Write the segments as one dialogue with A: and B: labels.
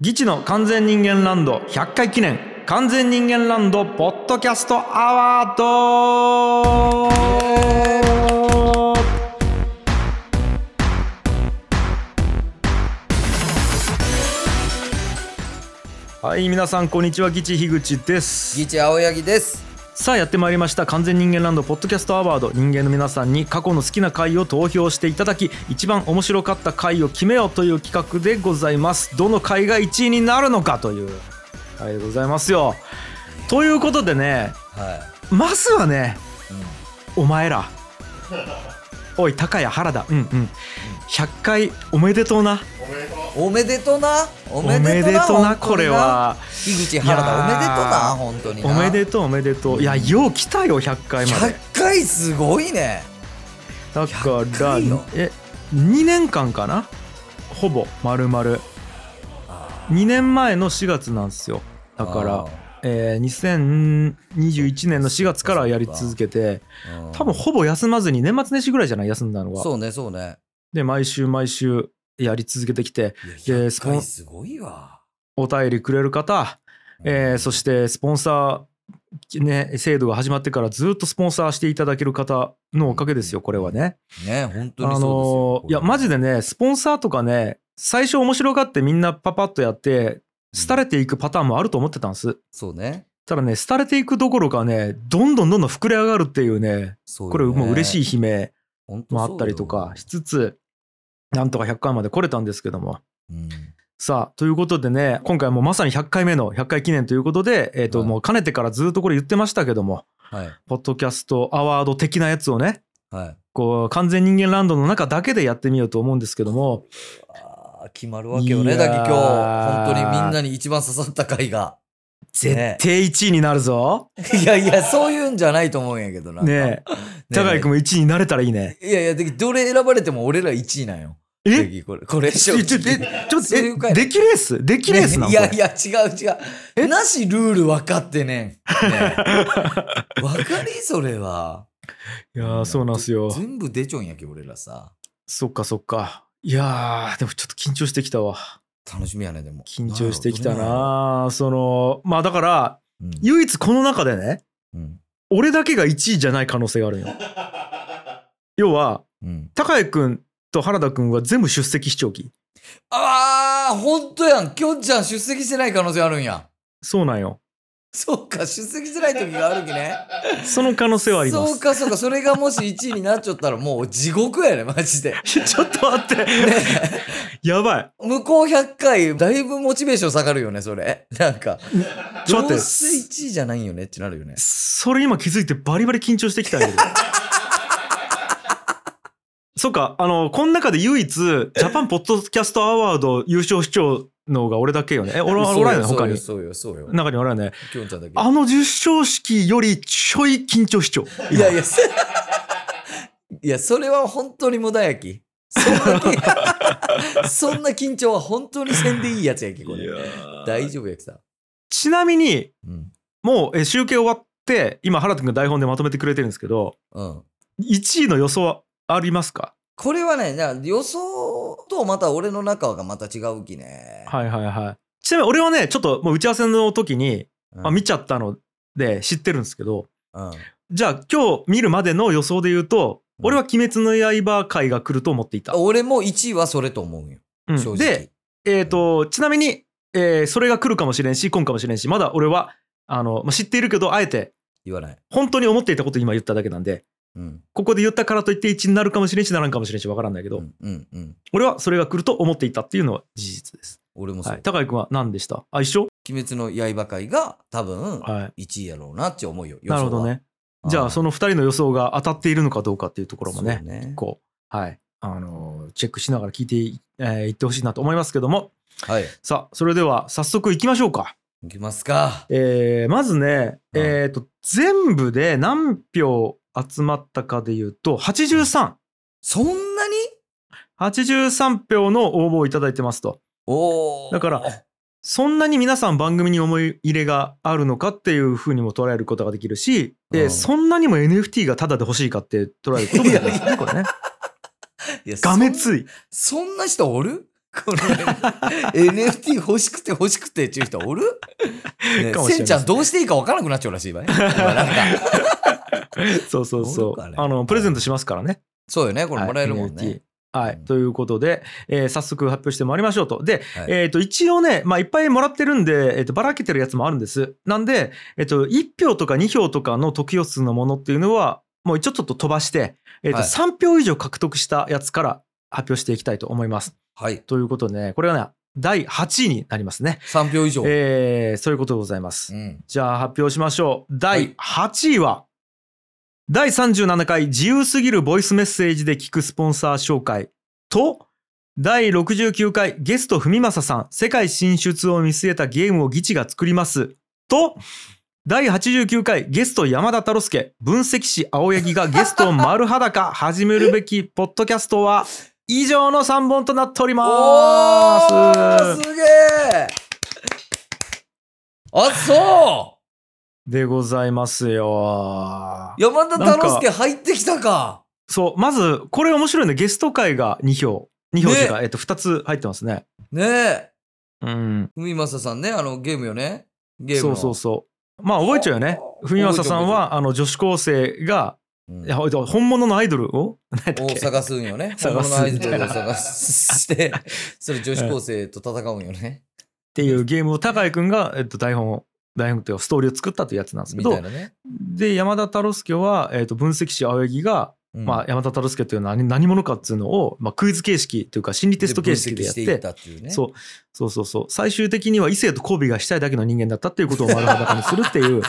A: 議地の完全人間ランド100回記念完全人間ランドポッドキャストアワードはい皆さんこんにちは議地樋口です
B: ギチ青柳です。
A: さあやってまいりました完全人間ランドポッドキャストアワード人間の皆さんに過去の好きな回を投票していただき一番面白かった回を決めようという企画でございますどの回が1位になるのかという回でございますよということでね
B: は
A: まずはね
B: い。うん。
A: お前らおい高谷原田うんうん100回おめでとうな
B: おめでとな。お
A: おめでとうなこれ。は
B: 樋口原田おめでとな本当にな。
A: おめでとうおめでとういやよう来たよ100回まで
B: 百回すごいね。
A: だか
B: 100
A: ら
B: 回よ
A: え2年間かなほぼ丸々
B: あ
A: 2年前の4月なんですよだから
B: あー、
A: えー2021年の4月からやり続けて
B: うん
A: 多分ほぼ休まずに年末年始ぐらいじゃない休んだのは
B: そうねそうね。
A: で毎週毎週やり続けてきて
B: いや
A: で
B: 100回すごいわ。
A: お便りくれる方、えーそしてスポンサーね、制度が始まってからずっとスポンサーしていただける方のおかげですよ、これはね。
B: ね本当
A: あ
B: に
A: の
B: そうです
A: ー
B: よ。
A: いやマジ
B: で。
A: でねスポンサーとかね最初面白がってみんなパパッとやって廃れていくパターンもあると思ってたんです
B: そうね。
A: ただね廃れていくどころかねどんどんどんどん膨れ上がるっていうねこれもう嬉
B: しい。
A: しい悲鳴
B: 本当
A: もあ
B: そう
A: ったりとか
B: よ
A: しつつなんとか100回まで来れたんですけども
B: うん
A: さあということでね今回もまさに100回目の100回記念ということで、えーと
B: はい
A: もうかねてからずっとこれ言ってましたけども
B: はい
A: ポッドキャストアワード的なやつをね
B: はい。
A: こう完全人間ランドの中だけでやってみようと思うんですけども
B: あー決まるわけよね
A: いやー
B: だけ今日本当にみんなに一番刺さった回が。
A: 絶対1位になるぞ。
B: いやいや、そういうんじゃないと思うんやけどな。
A: ねえ、高井君も1位になれたらいいね。
B: いやいや、でどれ選ばれても俺ら1位なんよ。
A: え
B: 次これ、これ、
A: ち
B: 正
A: ょ
B: 直
A: ちょえちょっと
B: そういう
A: え
B: 回
A: デキレースデキレースなの
B: ねい
A: これ
B: やいや、違う違
A: え
B: う。なしルール分かってねん。ね え分かりそれは。
A: いやーそうなんすよ
B: 全部出ちょんやけ、俺らさ。
A: そっかそっかいやーでもちょっと緊張してきたわ
B: 楽しみやね、でも。
A: 緊張してきた
B: んやろ
A: なそのまあだから
B: どんなんやろ
A: 唯一この中でね
B: うん。
A: 俺だけが1位じゃない可能性があるんよ要は
B: うん。うん
A: 高井君と原田君は全部出席視聴期
B: ああ、ほんとやん。きょんちゃん出席してない可能性あるんや。
A: そうなんよ
B: そうか、出席してない時があるきね。
A: その可能性はありま
B: そう
A: す
B: か、そうか。それがもし1位になっちゃったらもう地獄やね、マジで。
A: ちょっと待って
B: ね
A: やばい
B: 向こう100回、だいぶモチベーション下がるよね、それ。なんか。
A: ちょっと待
B: ど
A: っ
B: う
A: て
B: せ1位じゃないよねってなるよね。
A: それ今気づいてバリバリ緊張してきた んやけどそっかあのこの中で唯一ジャパンポッドキャストアワード優勝市長のが俺だけよねえ俺はおらんよね
B: そう
A: 他
B: よ
A: に
B: そうよ、そうよ。そうよ
A: 中におらんよね
B: きょんちゃんだけ。
A: あの授賞式よりちょい緊張市長
B: いやいや、せいや、それは本当に無駄やき。そんなき、そんな緊張は本当にせんでいいやつやき、これ。大丈夫やきさ。
A: ちなみに
B: うん。
A: もうえ集計終わって今原田君が台本でまとめてくれてるんですけど
B: うん。
A: 1位の予想はありますか
B: これはね、じゃあ予想とまた俺の中がまた違うきね。
A: はいはいはいちなみに俺はねちょっともう打ち合わせの時に、
B: うん
A: まあ、見ちゃったので知ってるんですけど
B: うん。
A: じゃあ今日見るまでの予想で言うと、
B: うん
A: 俺は「鬼滅の刃」回が来ると思っていた。
B: 俺も1位はそれと思うよ。
A: うん
B: 正直。
A: で、えー、とちなみに、えーそれが来るかもしれんし今かもしれんしまだ俺はあの、まあ、知っているけどあえて
B: 言わない。
A: 本当に思っていたことを今言っただけなんで
B: うん。
A: ここで言ったからといって1になるかもしれんしならんかもしれんしわからんないけど、
B: うんうんうん。
A: 俺はそれが来ると思っていたっていうのは事実です。
B: 俺もそう。
A: はい、高井君は何でしたあ一緒、
B: 鬼滅の刃界が多分
A: はい、
B: 1位やろうなって思うよ。
A: なるほどね。じゃあそ
B: の
A: の2人の予想が当たっているのかどうかっていうところもね
B: そうね
A: こうはいあのチェックしながら聞いてい、えーいってほしいなと思いますけども
B: はい。
A: さあそれでは早速いきましょうか、
B: いきますか。
A: えーまずね、
B: うん
A: えーと全部で何票集まったかでいうと8383
B: そんなに
A: 票の応募をいただいてますと
B: おお。
A: だからそんなに皆さん番組に思い入れがあるのかっていうふうにも捉えることができるし、えー
B: うん
A: そんなにも NFT がタダで欲しいか って捉えることもできるんですねこれね。
B: いや、
A: がめつい。
B: そんそんな人おる この NFT 欲しくて欲しくてっていう人おる、ね
A: かもしれない
B: せんちゃんどうしていいか分からなくなっちゃうらし いわね。今なんか
A: そうそう
B: ど
A: そうう
B: かね
A: あのプレゼントしますからね
B: そうよね、これ
A: はい
B: もらえるもん
A: NFT
B: ね。
A: はい、
B: うん
A: ということで、えー早速発表してまいりましょうと。で、
B: はい
A: えーと一応ね、まあ、いっぱいもらってるんで、えーとばらけてるやつもあるんです。なんで、えーと1票とか2票とかの得票数のものっていうのはもう一応ちょっと飛ばして、えーと
B: はい
A: 3票以上獲得したやつから発表していきたいと思います。
B: はい。
A: ということでねこれはね第8位になりますね。
B: 3票以上。
A: えーそういうことでございます。
B: うん。
A: じゃあ発表しましょう。
B: はい
A: 第8位は、第37回自由すぎるボイスメッセージで聞くスポンサー紹介と、第69回ゲスト文正さん世界進出を見据えたゲームを議事が作りますと、第89回ゲスト山田太郎介分析師青柳がゲストを丸裸始めるべきポッドキャストは以上の3本となっており
B: お
A: ま
B: ー
A: す
B: すげえあ、そ
A: でございますよ
B: う山田太郎介入ってきたか
A: そう、まず、これ面白いね。ゲスト会が2票。2票というか、えっと、2つ入ってますね。
B: ねえ。
A: うん。
B: 海正さんね、あのゲームよね。ゲーム
A: そう
B: の。
A: そうそう。まあ、覚えちゃうよね。文正さんは、あの、女子高生が、
B: うん
A: いや本物のアイドルを 何やったっ
B: を
A: け
B: 探すんよね。本
A: 探
B: 物
A: す
B: のアイドルを探して、 それ女子高生と戦うんよね。
A: っていうゲームを、高井くんが、えっと、台本を、台本というか、ストーリーを作ったというやつなんですけ
B: みた
A: ど
B: い、なね。
A: で、山田太郎介は、えっと、分析師青柳が、
B: うん
A: まあ、山田太郎介というのは何何者かっていうのを、まあ、クイズ形式というか、心理テスト形式でやっ
B: 分析して
A: て
B: いっ、たっていうね。
A: そうそうそうそう最終的には異性と交尾がしたいだけの人間だったっていうことを丸裸にするっていう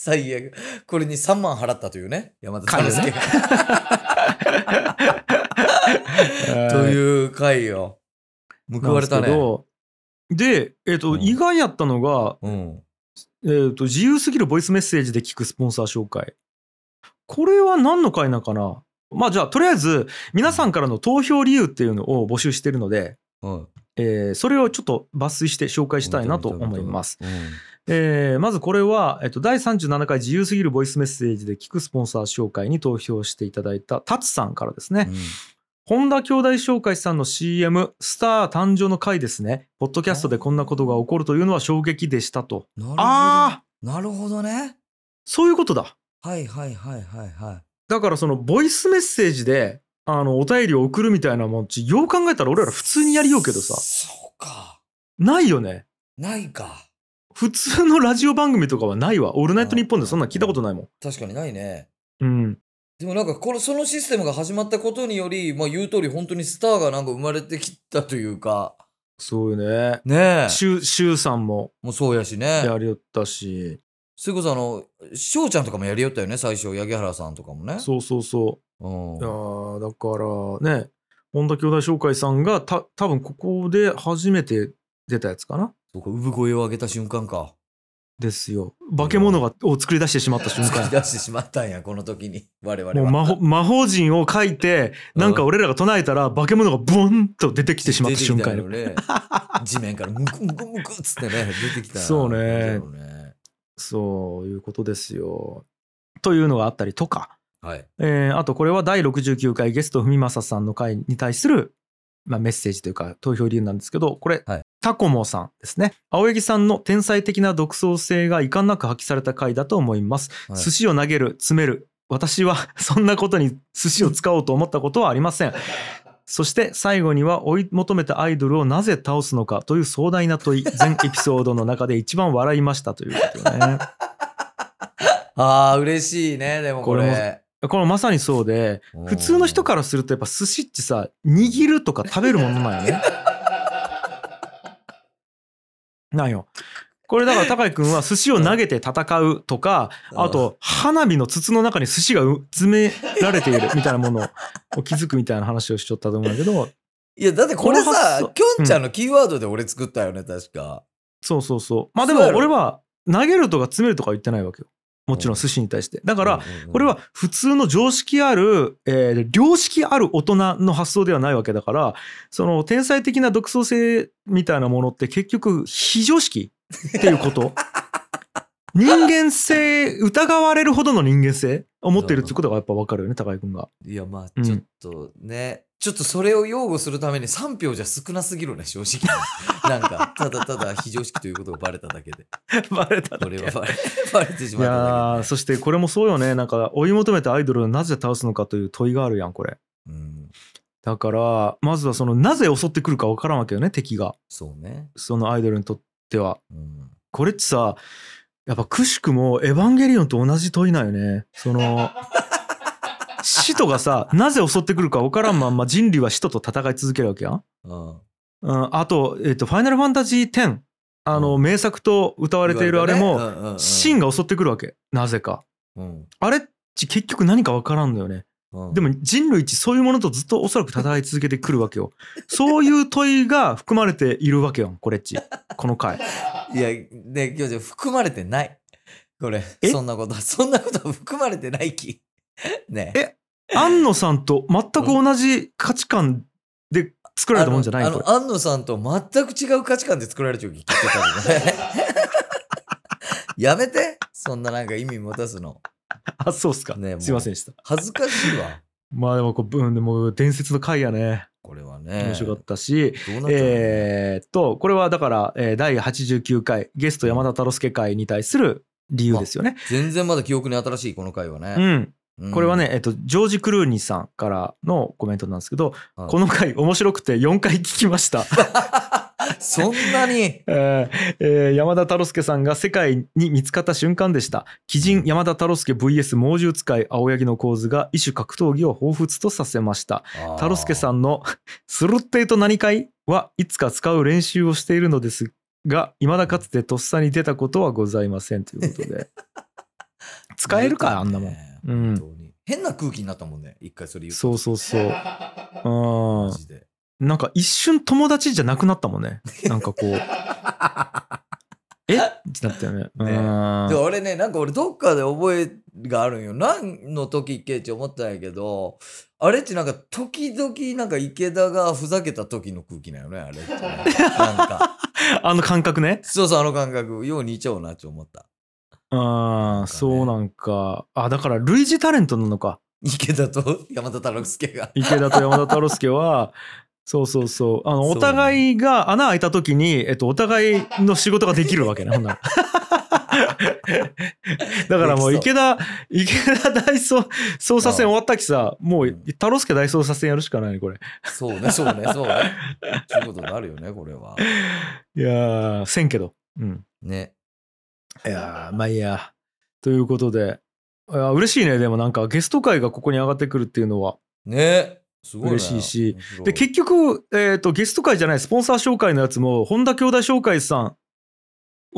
B: 最悪。これに3万払ったというね。山田
A: 回
B: 太
A: を
B: 郎介
A: ね
B: が。 という回よ。報われた
A: なんですけ
B: ね。
A: どで、えっと
B: うん
A: 意外やったのが、
B: うん。
A: えっと自由すぎるボイスメッセージで聞くスポンサー紹介これは何の回なのかなまあじゃあとりあえず皆さんからの投票理由っていうのを募集してるので、
B: うん。
A: えーそれをちょっと抜粋して紹介したいなと思います。
B: うん。
A: えーまずこれは、えっと、第37回自由すぎるボイスメッセージで聞くスポンサー紹介に投票していただいたタツさんからですね、本田兄弟紹介さんの CM「スター誕生の回」ですねポッドキャストでこんなことが起こるというのは衝撃でしたと
B: うんなる
A: ああ
B: ほど。なるほどね。
A: そういうことだ
B: はいはいはいはいはい。
A: だからそのボイスメッセージであのお便りを送るみたいなもんちよう考えたら俺ら普通にやりようけどさ
B: そうか。
A: ないよね
B: ないか。
A: 普通のラジオ番組とかはないわ「オールナイトニッポン」でそんなん聞いたことないもん
B: 確かにないね。
A: うん
B: でもなんかこのそのシステムが始まったことにより、まあ、言う通り本当にスターがなんか生まれてきたというか
A: そうよね
B: ねえ
A: しゅしゅうさんも
B: もうそうやしね
A: やりよったし、
B: それこそあの翔ちゃんとかもやりよったよね最初八木原さんとかもね
A: そうそうそうう。
B: ん
A: いやーだからね、本田兄弟紹介さんがた多分ここで初めて出たやつかな。
B: そうか産声を上げた瞬間か
A: ですよ。化け物がを作り出してしまった瞬
B: 作り
A: 間。
B: 出してしまったんやこの時に我々
A: もう
B: は
A: 魔法魔法陣を書いて、なんか俺らが唱えたら化け物がボンと出てきてしまった瞬間
B: 出
A: よ
B: てきたよね 地面からムクムクムクっつってね出てきた
A: そうね
B: 感じだろうね
A: そういうことですよ。というのがあったりとか。
B: はい
A: えーあとこれは第69回ゲスト文正さんの回に対する、まあ、メッセージというか投票理由なんですけどこれ、
B: はい
A: タコモさんですね青柳さんの天才的な独創性が遺憾なく発揮された回だと思います、
B: はい
A: 寿司を投げる詰める私は そんなことに寿司を使おうと思ったことはありませんそして最後には追い求めたアイドルをなぜ倒すのかという壮大な問い全エピソードの中で一番笑いましたということ ね
B: あー嬉しいねでもこれ
A: これこれまさにそうで普通の人からするとやっぱ寿司ってさ握るとか食べるものなん よね。なんよ。これだから高井君は寿司を投げて戦うとか
B: うん
A: あと花火の筒の中に寿司がう詰められているみたいなものを気づくみたいな話をしちゃったと思うんだけど
B: いや、だってこれ
A: この発想
B: さ、きょんちゃんのキーワードで俺作ったよね、確か。
A: そうそうそうまあで
B: そう
A: も
B: やろ
A: 俺は投げるとか詰めるとかは言ってないわけよもちろん寿司に対してだか
B: だ
A: ら、これは普通の常識ある、えー良識ある大人の発想ではないわけだからその天才的な独創 性みたいなものって結局非常識っていうこと人間性疑われるほどの人間性を持っているってことがやっぱ分かるよね高井君が
B: いや、ま
A: う
B: あ、
A: ん
B: ちょっとね、ちょっとそれを擁護するために3票じゃ少なすぎるね、正直。 なんか、ただただ非常識ということがバレただけで。
A: バレた
B: 俺 はバレバレてし
A: い
B: まっただ
A: やーそしてこれもそうよねなんか追い求めたアイドルをなぜ倒すのかという問いがあるやんこれ
B: け。うん、
A: だからまずはそのなぜ襲ってくるか分からんわけよね敵が
B: そうね。
A: そのアイドルにとっては
B: うん、
A: これってさやっぱくしくも「エヴァンゲリオン」と同じ問いなんよねそ の使徒がさなぜ襲ってくるか分からんまんま人類は使徒と戦い続けるわけやん、
B: うん。
A: うん、あと「えっとファイナルファンタジー10」あの名作と歌われているあれも、
B: も
A: シンが襲ってくるわけなぜか
B: うん
A: あれっち結局何か分からんのよね
B: うん、
A: でも人類一そういうものとずっとおそらく戦い続けてくるわけよそういう問いが含まれているわけよこれっちこの回
B: いや、ね、今日じゃ含まれてない。これ、
A: え
B: そんなこと、そんなこと含まれてないき。ね。
A: え安野さんと全く同じ価値観で作られたもんじゃない
B: あ
A: よ
B: の、
A: こ
B: あ
A: れ
B: の安野さんと全く違う価値観で作られちゃうき聞いてたけどね。 やめて、そんななんか意味持たすの。
A: あそうっすか、
B: ねもう
A: すいませんでした
B: 恥ずかしいわ。
A: まあでもこう、うん、でも伝説の回やね
B: これはね。
A: 面白かったし、
B: どうなっちゃうの
A: えーっとこれはだから、えー第89回ゲスト山田太郎介会に対する理由ですよね、
B: 全然まだ記憶に新しい、この回は
A: う
B: ね。
A: ん、
B: うん
A: これはね、、えっと、ジョージ・クルーニーさんからのコメントなんですけど、
B: はい
A: この回面白くて4回聞きました、
B: そんなに。
A: えーえー山田太郎介さんが世界に見つかった瞬間でした鬼人山田太郎介 VS 猛獣使い青柳の構図が異種格闘技を彷彿とさせました太郎介さ
B: ん。
A: んの「スルッテイと何かい?」はいつか使う練習をしているのですが未だかつてとっさに出たことはございませんということで使えるかあんなもん、
B: ね
A: うん
B: 本当に変な空気になったもんね。一回それ言うと
A: そうそうそう
B: マ
A: うん
B: ジで。
A: なんか一瞬友達じゃなくなったもん ね。なんかこう、えってなったよね。う
B: ね
A: ん
B: で俺ねなんか俺どっかで覚えがあるんよ何の時っけって思ったんやけどあれってなんか時々なんか池田がふざけた時の空気なんよねあれってねなん か
A: あの感覚ね。
B: そうそうあの感覚よう似ちゃうなって思った
A: うん、そうなんか。あ、だから類似タレントなのか。
B: 池田と山田太郎介が
A: 池田と山田太郎介 は、そうそうそう。あの、
B: そう
A: お互いが穴開いた時に、えっと、お互いの仕事ができるわけね、ほんな らだからもう
B: できそ
A: 池田、池田大捜捜査線終わったきさ、もう太郎介大捜査線やるしかないね、これ。
B: そうねそうねそうねそういうことになるよねこれはい
A: やー、せんけど。うん。
B: ね
A: いやーまあいいや。ということで、いや嬉しいね、でもなんかゲスト会がここに上がってくるっていうのは。
B: ねすごいね
A: 嬉しいし
B: 面白い
A: で、結局、えっとゲスト会じゃない、スポンサー紹介のやつも、本田兄弟紹介さん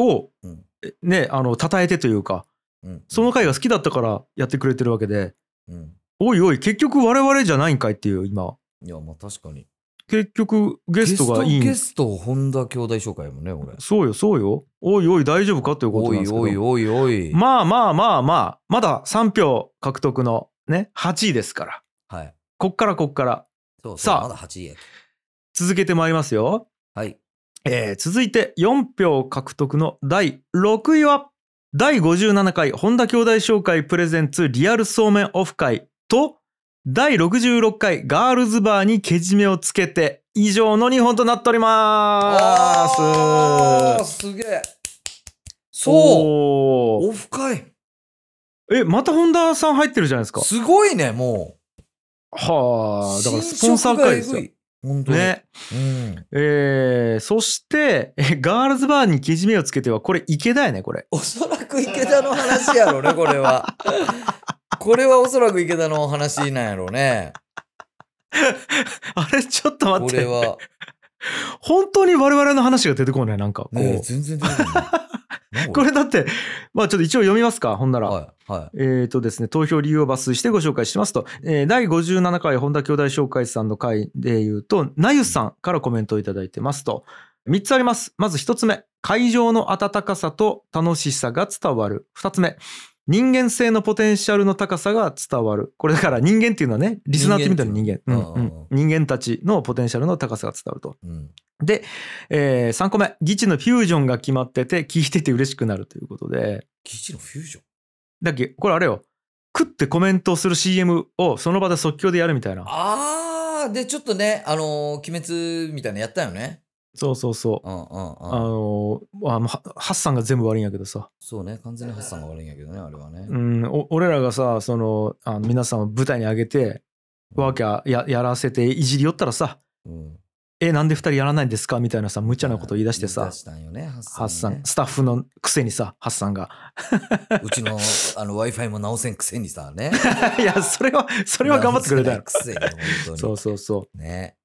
A: を、
B: うん
A: えね、あの、称えてというか、
B: うん
A: その会が好きだったからやってくれてるわけで、
B: うん
A: おいおい、結局我々じゃないんかいっていう、今。
B: いやまあ確かに
A: 結局、ゲストがいい
B: ゲ
A: ん
B: ストゲスト本田兄弟紹介もね俺
A: そうよ、そうよ。おいおい、大丈夫かということ
B: お
A: なんで
B: い
A: すけど。
B: おいおいおい
A: まあまあまあまあ、まだ3票獲得のね、8位ですから。
B: はい
A: こっからこっから
B: そうそう
A: さあ
B: まだ8位や
A: 続けてまいりますよ。
B: はい。
A: えー続いて4票獲得の第6位は、第57回本田兄弟紹介プレゼンツリアルそうめんオフ会と、第66回ガールズバーにけじめをつけて、以上の2本となっておりま
B: あー
A: す。
B: すげえ。そう
A: そう
B: オフ会
A: え、また本田さん入ってるじゃないですか。
B: すごいね、もう。
A: はあ、だからスポン
B: 新
A: サー
B: 色が
A: 会
B: え
A: です
B: ぐ
A: よ。
B: い。本当に。
A: ね。
B: うん。
A: えー、そして、えガールズバーにけじめをつけては、これ池田やね、これ。
B: おそらく池田の話やろうね、これは。これはおそらく池田の話なんやろうね。
A: あれ、ちょっと待
B: こ
A: っ
B: れ
A: て。
B: は。
A: 本当に我々の話が出てこない、なんか。こう、
B: ねえ全然出てこない。
A: こ
B: れ
A: れだって、まあちょっと一応読みますか、ほんなら。
B: はい、はい。
A: えーとですね、投票理由を抜粋してご紹介しますと、えー第57回本田兄弟紹介さんの回で言うと、なゆさんからコメントをいただいてますと、3つあります。まず1つ目、会場の温かさと楽しさが伝わる。2つ目、人間性のポテンシャルの高さが伝わる。これだから人間っていうのはね、リスナーってみたいな人間。
B: 人間
A: うんうん人間たちのポテンシャルの高さが伝わると。
B: うん。
A: で、え3個目、議事のフュージョンが決まってて、聞いてて嬉しくなるということで、
B: 生地のフュージョン
A: だっけこれあれよ食ってコメントをする CM をその場で即興でやるみたいな
B: あーでちょっとねあのー鬼滅みたいなのやったよね
A: そうそうそう
B: うんうんうん
A: あのーあもうはハッサンが全部悪いんやけどさ
B: そうね完全にハッサンが悪いんやけどねあれはね、
A: うん、お俺らがさそのあの皆さんを舞台に上げてワーキャーややらせていじり寄ったらさ
B: うん
A: 「えなんで2人やらないんですか?」みたいなさ無茶なこと言い出して
B: 言
A: さ
B: い出したんよねハッサン
A: ハッサ
B: ね
A: ンスタッフのくせにさハッサンが
B: うちのあの w i f i も直せんくせにさ ね
A: いやそれはそれは頑張ってくれたよ
B: 直せないくせに本当に
A: そうそうそう
B: ね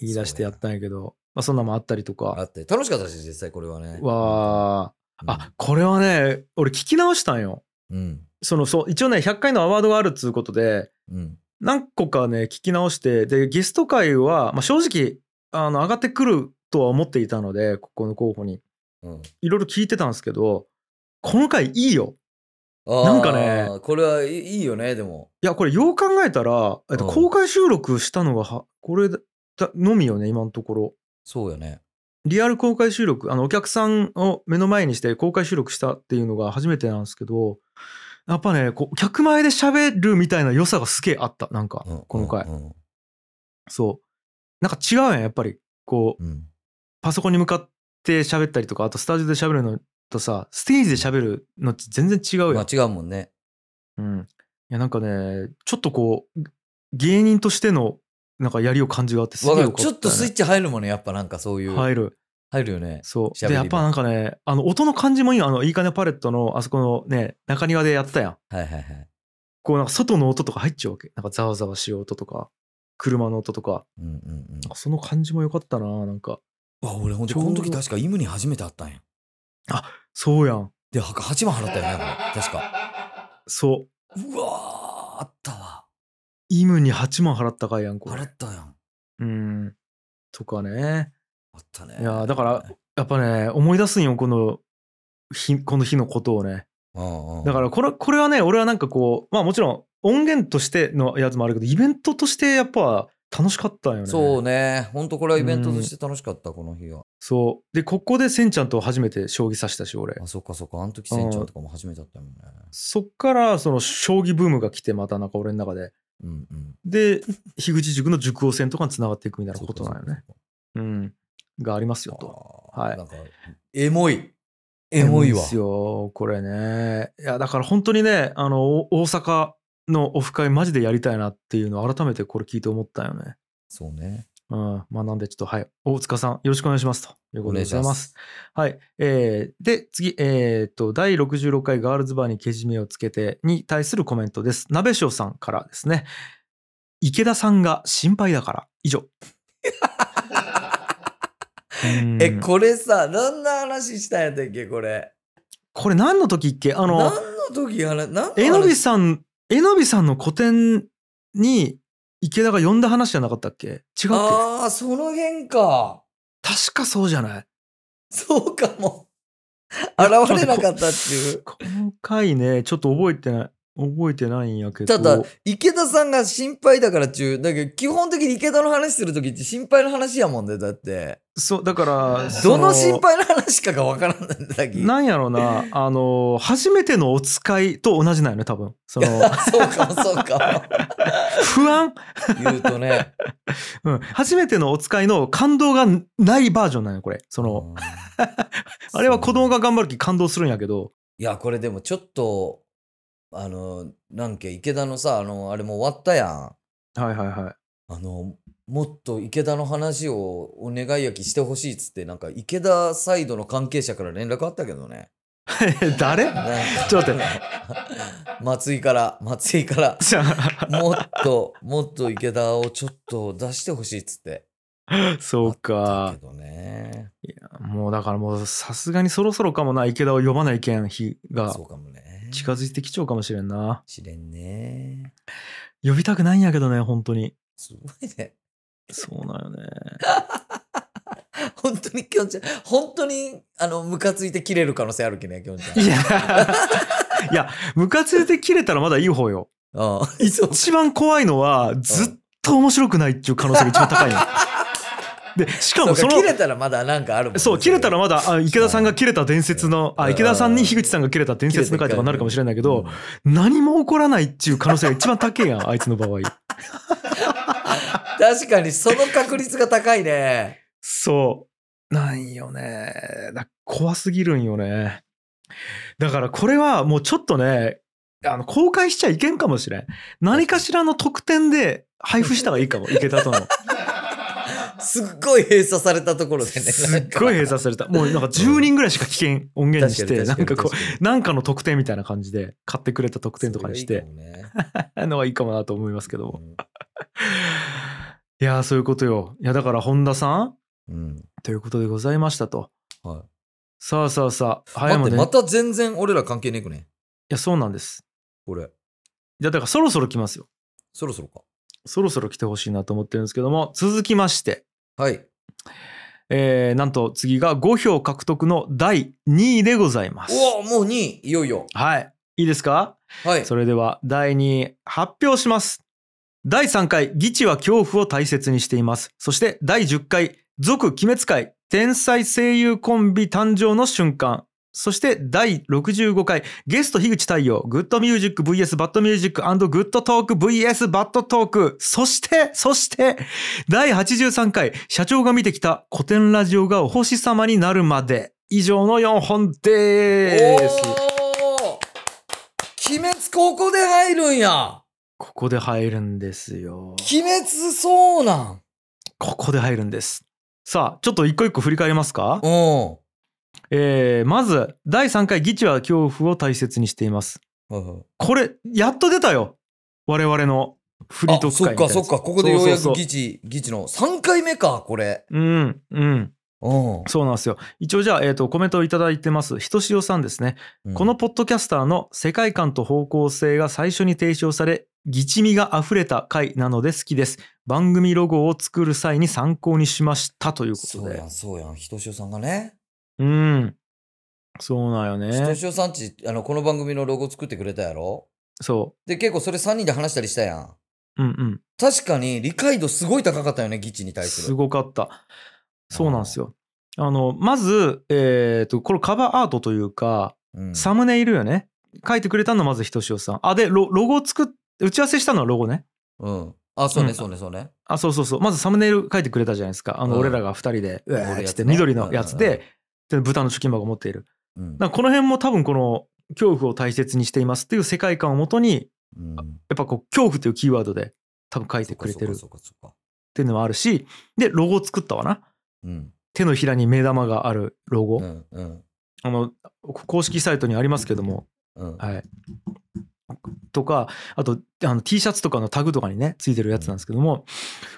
A: 言い出してやったんやけどまあ、そんなもんあったりと
B: あ
A: か
B: って楽しかったし実際これはね
A: わ
B: うん
A: ああこれはね俺聞き直したんよ
B: うん
A: そのそう一応ね100回のアワードがあるっつうことで
B: うん
A: 何個かね聞き直してでゲスト回は、まあ、正直あの上がってくるとは思っていたのでここの候補に
B: うん
A: いろいろ聞いてたんですけどこの回いいよ
B: あー
A: なんかね
B: これはいいいよねでも
A: いやこれよう考えたら、えっと、
B: うん
A: 公開収録したのがはこれだのみよね今のところ
B: そうよね
A: リアル公開収録あのお客さんを目の前にして公開収録したっていうのが初めてなんですけどやっぱねこう客前で喋るみたいな良さがすげえあったなんか
B: うん
A: この回
B: うん
A: そうなんか違うやんやっぱりこう
B: うん
A: パソコンに向かって喋ったりとかあとスタジオで喋るのとさステージで喋るのって全然違うよ、
B: まあ違うもんね
A: うん、いやなんかねちょっとこう芸人としてのなんかやりを感じがあってすげ
B: わ
A: え
B: か
A: よ
B: る
A: かった
B: ち
A: ね、
B: ょっとスイッチ入るもんねやっぱなんかそういう
A: 入る
B: 入るよね
A: そうで
B: 喋りも
A: やっぱなんかねあの音の感じもいいよあのいいかねパレットのあそこのね中庭でやったやん
B: はいはいはい
A: こうなんか外の音とか入っちゃうわけなんかざわざわしい音とか車の音とか
B: うんうんうん
A: なんかその感じもよかったななんか
B: うわ俺ほんとこの時確かイムに初めて会ったんや
A: そうやん
B: では8万払ったよねこれ確か
A: そう
B: うわーあったわ
A: イムに8万払ったかいやんこれ
B: 払ったやん
A: うんとかね
B: あったね
A: いやーだからやっぱね思い出すんよこの日この日のことをね
B: うんうん
A: だからこれこれはね俺はなんかこうまあもちろん音源としてのやつもあるけどイベントとしてやっぱ楽しかったんよね
B: そう
A: う
B: ねほんとこれはイベントとして楽しかったこの日は
A: そうでここでせんちゃんと初めて将棋指したし俺
B: あそっかそっかあの時船長とかも初めてだったもんね
A: そっからその将棋ブームが来てまたなんか俺の中で
B: うんうん
A: で樋口塾の塾王戦とかにつながっていくみたいなことなんよね
B: そっか
A: うんがあります
B: そ
A: よ
B: っか
A: と
B: あー
A: はい
B: なんかエモいエモいわ
A: ですよこれねいやだから本当にねあのお大阪のオフ会マジでやりたいなっていうのを改めてこれ聞いて思ったよね
B: そうね
A: うんまあなんでちょっとはい大塚さんよろしくお願いしますということでございますはいえーで次えー、と第66回ガールズバーにけじめをつけてに対するコメントです鍋塩さんからですね池田さんが心配だから以上うん
B: えこれさ何の話したんやったっけこれ
A: これ何の時っけあの
B: 何の時やら何の話
A: えのびさん、えのびさんの個展に池田が呼んだ話じゃなかったっけ違うっけ
B: ああその辺か
A: 確かそうじゃない
B: そうかも。現れなかったっていう。
A: この回ね、ちょっと覚えてない、覚えてないんやけど。
B: ただ、池田さんが心配だからっちゅう。だけど、基本的に池田の話するときって心配の話やもんね。だって、
A: そう、だから、
B: ど
A: そ
B: の心配の話かがわからんんだっけ。
A: なんやろうな、あの、初めてのお使いと同じなんよね、多分。その、
B: そうかも、そうか
A: 不安、
B: も。言うとね。
A: うん、初めてのお使いの感動がないバージョンなんよ、これ。その、
B: うん
A: あれは子供。が頑張る気感動するんやけど。
B: いや、これでもちょっと、あの、なんけ、池田のさ、あの、あれもう終わったやん。
A: はいはいはい。
B: あの、もっと池田の話をお願いやきしてほしいっつって、なんか池田サイドの関係者から連絡あったけどね。
A: 誰
B: ね
A: ちょっと待って。
B: 松井から、松井から、
A: じゃあ
B: もっと、もっと池田をちょっと出してほしいっつって。
A: そう
B: あった
A: か
B: け。どね。
A: もうだからもうさすがにそろそろかもな池田を呼ばないけん日が
B: そうかもね。
A: 近づいてきちゃうかもしれんな
B: 知れんね。
A: 呼びたくないんやけどね本当に
B: すごいね。
A: そうなんよね
B: 本当にきょんちゃん、本当に、あの、ムカついて切れる可能性あるけね、きょんちゃん。
A: いやいやムカついて切れたらまだいい方よ
B: うん。そう
A: 一番怖いのはずっと面白くないっていう可能性が一番高いのでしか
B: そう
A: もそ
B: か
A: の
B: 切れたらまだなんかあるもんね
A: そう切れたらまだあ池田さんが切れた伝説の
B: う
A: あ
B: ん
A: 池田さんに樋口さんが切れた伝説の回とかになるかもしれないけど、何も起こらないっていう可能性が一番高いやんあいつの場合
B: 確かにその確率が高いね。
A: そうなんよねだ怖すぎるんよねだからこれはもうちょっとねあの公開しちゃいけんかもしれん何かしらの特典で配布した方がいいか も池田との
B: すっごい閉鎖されたところでね。
A: すっごい閉鎖されたもうなんか10人ぐらいしか危険音源にしてなんかこうなんかの特典みたいな感じで買ってくれた特典とかにして
B: それがいいかもね
A: のはいいかもなと思いますけども。
B: う
A: いやー、そういうことよ。いや、だから本田さん
B: ん
A: ということでございましたと。
B: うんはい
A: さあさあさあ、早い
B: 待っ
A: も
B: て
A: ね。
B: ま
A: い
B: た全然俺ら関係ねえくね。
A: や、そうなんです。
B: これ
A: いや、だからそろそろ来ますよ。
B: そろそろか。
A: そろそろ来てほしいなと思ってるんですけども、続きまして、
B: はい。
A: えー、なんと次が5票獲得の第2位でございます。
B: おおもう2位いよいよ。
A: はい。いいですか
B: はい。
A: それでは第2位発表します。第3回、義地は恐怖を大切にしています。そして第10回、俗鬼滅会、天才声優コンビ誕生の瞬間。そして第65回、ゲスト樋口太陽、グッドミュージック VS バッドミュージックグッドトーク VS バッドトーク。そして、そして、第83回、社長が見てきた古典ラジオがお星様になるまで。以上の4本で
B: お
A: す。
B: お鬼滅ここで入るんや
A: ここで入るんですよ。
B: 鬼滅そうなん
A: ここで入るんです。さあ、ちょっと一個一個振り返りますか。
B: うん。
A: えーまず、第3回、議長は恐怖を大切にしています。
B: はいはい
A: これ、やっと出たよ。我々のフリートー
B: あ、
A: ク
B: そっ
A: 会みたいな
B: か
A: やつ
B: そっか、ここでよう
A: そう
B: やく
A: そうそ
B: 議事、議事の3回目か、これ。
A: ううん、うん。
B: うん。
A: そうなんですよ。一応じゃあ、えっ、と、コメントをいただいてます。ひとしおさんですね。このポッドキャスターの世界観と方向性が最初に提唱され、ギチ味が溢れた回なので好きです。番組ロゴを作る際に参考にしましたというこ
B: そ
A: と
B: う
A: で
B: や。ん、そうやん。ひとしおさんがね。
A: うん。そうなんよ
B: ひと
A: ね。
B: しおさんち、あの、この番組のロゴ作ってくれたやろ
A: そ
B: で、結構それ3人で話したりしたやん。
A: う。うんうん。
B: 確かに、理解度すごい高かったよね、議事に対す
A: す
B: る。
A: ごかった。そうなんですよ。あの、まず、えっ、と、これカバーアートというか、
B: うん
A: サムネイルよね。書いてくれたのはまずひとしおさん。あ、で、ロロゴを作っ、打ち合わせしたのはロゴね。
B: うん。あ、そう
A: う
B: ね、
A: ん
B: そうね、そうね。
A: あ、そうそうそう。まずサムネイル書いてくれたじゃないですか。あの、
B: うん
A: 俺らが2人で、うえ
B: 俺
A: ーっ
B: や
A: つ
B: つ
A: って
B: ね
A: 緑のやつで、で豚の貯金箱を持っている。
B: うん。
A: なんかこの辺も多分この、恐怖を大切にしていますっていう世界観をもとに、
B: うん
A: やっぱこう、恐怖というキーワードで多分書いてくれてるっ
B: そうか、そうかそうか。
A: ていうのもあるし、で、ロゴを作ったわな。
B: うん。
A: 手のひらに目玉があるロゴ、
B: うん。うん。
A: あの公式サイトにありますけども、
B: うん。
A: はい、とかあとあの T シャツとかのタグとかにねついてるやつなんですけども、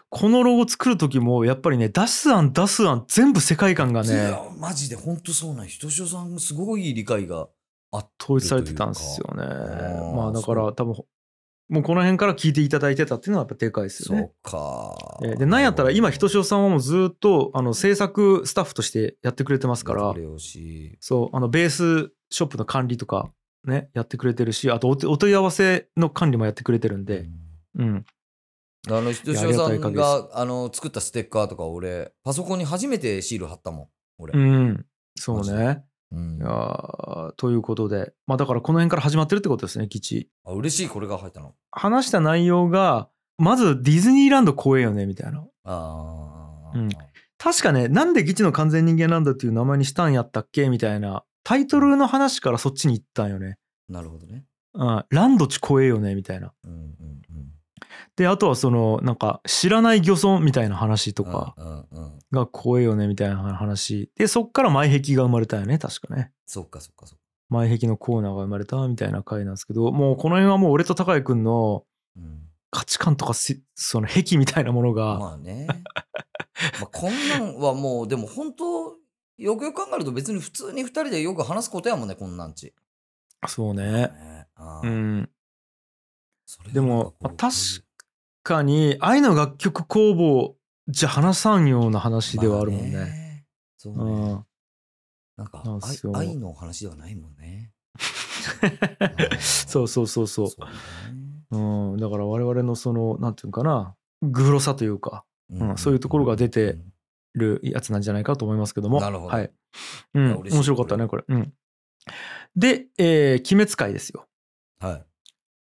A: このロゴ作る時もやっぱりね出す案出す案全部世界観が
B: いや
A: ね、
B: マジで本当そうなん。ひとしおさんもすごい理解があっ
A: 統一されてたんですよね。
B: ー
A: まあだか
B: そ
A: ら多分もうこの辺から聞いていただいてたっていうのはやっぱでかいです
B: そ
A: よね
B: う。か。
A: えーでなんやったら今ひとし
B: お
A: おさんはもうずっとあの制作スタッフとしてやってくれてますから。そう、あの、ベースショップの管理とか、ね、やってくれてるし、あとお手、お問い合わせの管理もやってくれてるんで、うん。
B: あの、ひとしおさ
A: いやありがた
B: ん
A: い限りで
B: が、あの、作ったステッカーとか俺、パソコンに初めてシール貼ったもん。俺。
A: うん。そう
B: マジ
A: ね。
B: うん
A: いやーということで、まあだからこの辺から始まってるってことですね、基地。
B: あ嬉しい、これが入ったの。
A: 話した内容が、まずディズニーランド怖えよね、みたいな。
B: ああ。
A: うん確かね、なんで基地の完全人間ランドっていう名前にしたんやったっけみたいな、タイトルの話からそっちに行ったんよね。
B: なるほどね。
A: うん、ランドち怖えよね、みたいな。
B: うんうんうん。
A: で、あとはその、なんか、知らない漁村みたいな話と
B: と
A: か。。
B: うんうん。
A: が怖いよねみたいな話でそっから前壁が生まれたよね確かね
B: そっかそっかそっか。
A: 前壁のコーナーが生まれたみたいな回なんですけどもうこの辺はもう俺と高井くんの
B: うん
A: 価値観とかせその癖みたいなものが
B: まあね。 まあこんなんはもう、でも本当、よくよく考えると別に普通に二人でよく話すことやもんね、こんなんち。
A: そうね
B: ねあー
A: うん
B: それが
A: で
B: なんか
A: も
B: こう
A: まあ確かに愛の楽曲工房じゃ話さんような話ではあるもん
B: まあ
A: ね,、
B: ねそうね。なんか
A: なんすよ
B: 愛愛の話ではないもんね。
A: うん そうそうそうそう
B: そう
A: う、
B: ね
A: ん、だから我々のそのなんていうんかなグロさというか
B: う
A: うんそういうところが出てるやつなんじゃないかと思いますけども。
B: なるほど
A: はい。う
B: いや
A: ん、
B: 嬉しい
A: 面白かったね、これ。うん。で、えー鬼滅界ですよ。
B: はい。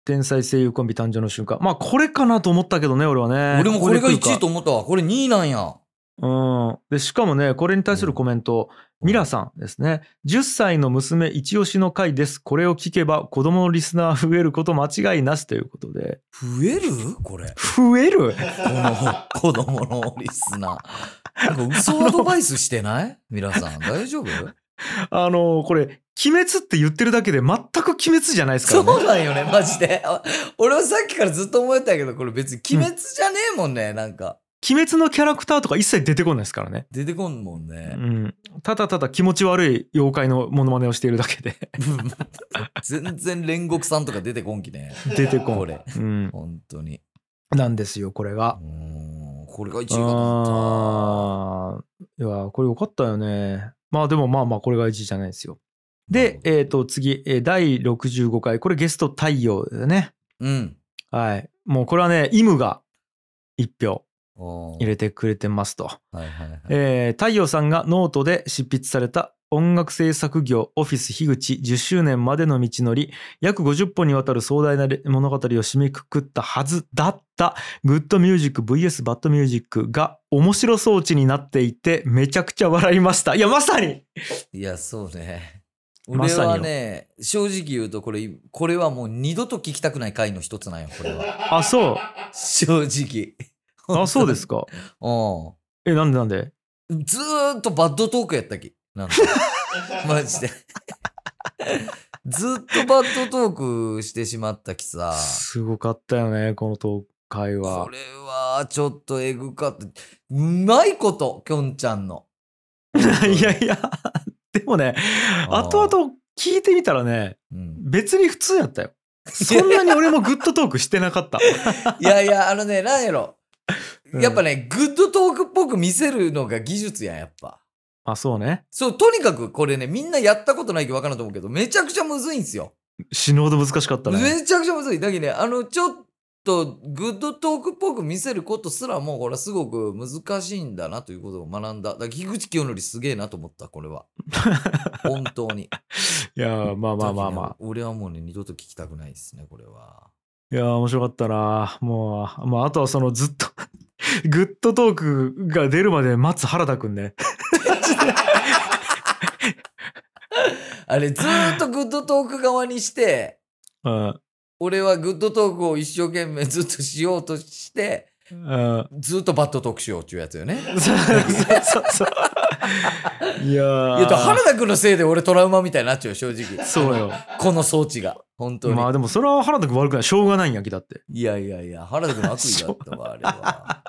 A: 天才声優コンビ誕生の瞬間。まあ、これかなと思ったけどね、俺はね。
B: 俺もこれが1位と
A: こ
B: 思ったわ。これ2位なんや。
A: れ来るか。うん。で、しかもね、これに対するコメント、ミラさんですね。10歳の娘一押しの回です。これを聞けば子供のリスナー増えること間違いなしということで。
B: 増えるこれ。
A: 増える
B: この子供のリスナー。なんか嘘アドバイスしてない皆さん。大丈夫
A: あの、これ、鬼滅って言ってるだけで全く鬼滅じゃないですからね。
B: そうなんよね、マジで。あ俺はさっきからずっと思えたけど、これ別に鬼滅じゃねえもんね、なんか。
A: 鬼滅のキャラクターとか一切出てこないですからね。
B: 出てこんもん
A: う
B: ね。
A: ん。ただただ気持ち悪い妖怪のモノマネをしているだけ で
B: 全然煉獄さんとか出てこんきね。
A: 出てこん
B: これ。
A: うん。
B: 本当に。
A: なんですよ、これが
B: う。ーんこれが1位かと思っ
A: あーいや、これよかったよね。まあでもまあまあ、これが1位じゃないですよ。で、
B: なるほど
A: えっ、と、次、えー第65回。これゲスト太陽でね。
B: た。うん。
A: はい。もうこれはね、イムが1票
B: おー
A: 入れてくれてますと。
B: はいはいはい。
A: えー太陽さんがノートで執筆された音楽制作業オフィス樋口10周年までの道のり約50本にわたる壮大な物語を締めくくったはずだったグッドミュージック VS バッドミュージックが面白装置になっていてめちゃくちゃ笑いましたいやまさに
B: いや、そうね。
A: ま
B: 俺
A: さによ
B: はね、正直言うと、これ、これはもう二度と聞きたくない回の一つなんよ、これは。
A: あそう
B: 正直。
A: あそうですか
B: う
A: えなんでなんで
B: ん。ずーっとバッドトークやったき。なんか マジで。ずっとバッドトークしてしまったきさ。
A: すごかったよねこの東海は
B: これはちょっとえぐかった。うまいこと、きょんちゃんの。
A: いやいやでもね
B: あー
A: 後々聞いてみたらね
B: うん
A: 別に普通やった よ。そんなに俺もグッドトークしてなかった。
B: いやいや、あのね、なんやろ。
A: うん
B: やっぱね、グッドトークっぽく見せるのが技術やん、やっぱ。
A: あ、そうね。
B: そう、とにかくこれね、みんなやったことないけど分からんと思うけど、めちゃくちゃむずいんすよ。
A: 死ぬほど難しかったね。
B: めちゃくちゃむずい。だけどね、あの、ちょっと、グッドトークっぽく見せることすらも、これはすごく難しいんだなということを学んだ。だから、樋口清則すげえなと思った、こ れは。本当に。
A: いやー、まあまあまあまあ。
B: 俺はもうね、二度と聞きたくないですね、これは。
A: いやー、面白かったな。もう、まあ、あとはそのずっと、 グッドトークが出るまで待つ原田くんね。
B: あれ、ずーっとグッドトーク側にして、
A: うん。
B: 俺はグッドトークを一生懸命ずっとしようとして、
A: うん。
B: ずっとバッドトークしようっていうやつよね。い
A: そうそうそうそう。いやー。
B: や、だから原田君のせいで俺トラウマみたいになっちゃうよ、正直。
A: そうよ。
B: この装置が。本当に。
A: まあでもそれは原田くん悪くない。しょうがないんやきだって。
B: いやいやいや、原田君の悪意だったわ、あれ は。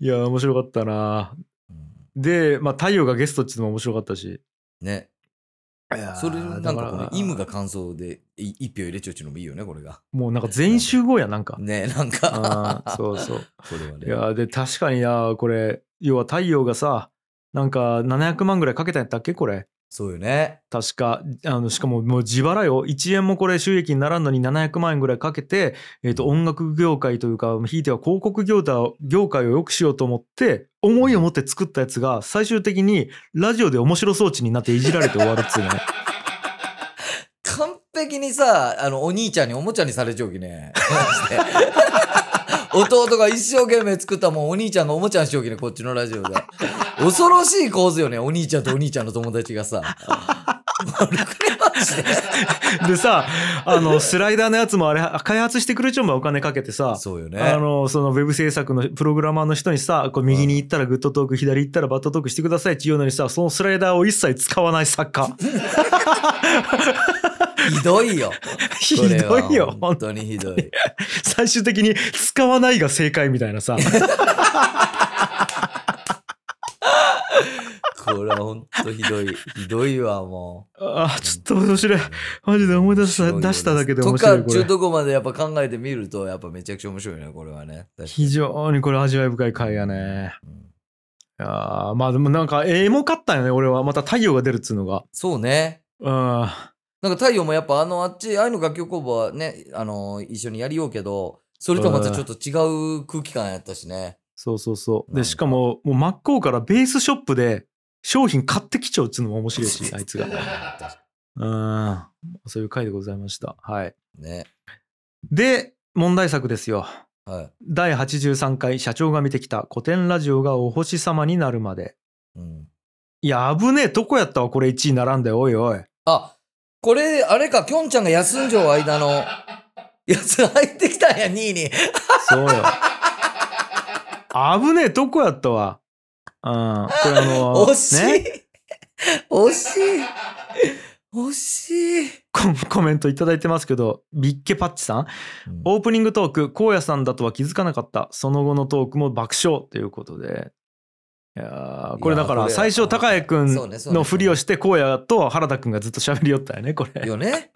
A: いやー、面白かったな。
B: うん
A: で、まあ、太陽がゲストっていうのも面白かったし。
B: ね。
A: いやー
B: それなんか
A: だら
B: この、イムが感想でい一票入れちゃうっていうのもいいよね、これが。
A: もうなんか全員集合や、なんか。
B: ね、なんか
A: あ。ー そうそう。
B: これはね。
A: いやーで確かになこれ要は太陽がさなんか700万ぐらいかけたんやったっけこれ
B: そうよね。
A: 確かあのしかももう自腹よ1円もこれ収益にならんのに700万円ぐらいかけて、えー、と音楽業界というかひいては広告業界を業界を良くしようと思って思いを持って作ったやつが最終的にラジオで面白装置になっていじられて終わるっつうね
B: 完璧にさ、あの、お兄ちゃんにおもちゃにされちゃうきね。 マジで弟が一生懸命作ったもん、お兄ちゃんがおもちゃにしようきね、こっちのラジオで。恐ろしい構図よね、お兄ちゃんとお兄ちゃんの友達がさ。悪くねマジで
A: でさあのスライダーのやつもあれ開発してくれちゃうもんお金かけてさ
B: そうよね。
A: あの、そのウェブ制作のプログラマーの人にさ、こう右に行ったらグッドトーク、左行ったらバッドトークしてくださいって言うのにさ、そのスライダーを一切使わない作 家。
B: ひどいよ。
A: ひどいよ
B: これは、本当にひどい。
A: 最終的に使わないが正解みたいな さ。
B: これは本当ひどい。ひどいわ、もう。
A: あー、ちょっと面白い。マジで思い出した、
B: 面白いよね
A: 出しただけで面白い。
B: とか、
A: こ
B: ちゅう
A: れ
B: とこまでやっぱ考えてみると、やっぱめちゃくちゃ面白いね、これはね。確か
A: 非常にこれ味わい深い回やね。
B: にうん
A: いやーまあでもなんか、エモかったよね、俺は。また太陽が出るっつうのが。
B: そうね。
A: うん。
B: なんか太陽もやっぱあのあっち愛の楽曲工房はねあの一緒にやりようけどそれとまたちょっと違う空気感やったしね、
A: そうそうそう
B: なん
A: で
B: か
A: しかももう真っ向からベースショップで商品買ってきちゃうっつうのも面白いし あいつがうんそういう回でございましたはい
B: ね。
A: で問題作ですよ
B: は
A: 第83回社長が見てきた古典ラジオがお星様になるまで
B: い。うん。
A: いや危ねえとこやったわこれ1位並んでおいおい
B: あ、これ、あれか、きょんちゃんが休んじゃう間の、やつ入ってきたんや、2位に。
A: そうよ。危ねえとこやったわ。うん。これあの、
B: 惜しい、
A: ね、
B: 惜しい惜しい
A: ココメントいただいてますけど、ビッケパッチさん。オープニングトーク、荒野さんだとは気づかなかった。その後のトークも爆笑ということで。いやーこれだか
B: いやーこ
A: ら
B: れ
A: 最初高谷くん
B: そうねそうね
A: のふりをして荒野と原田くんがずっと喋りよったよねこれ。
B: よね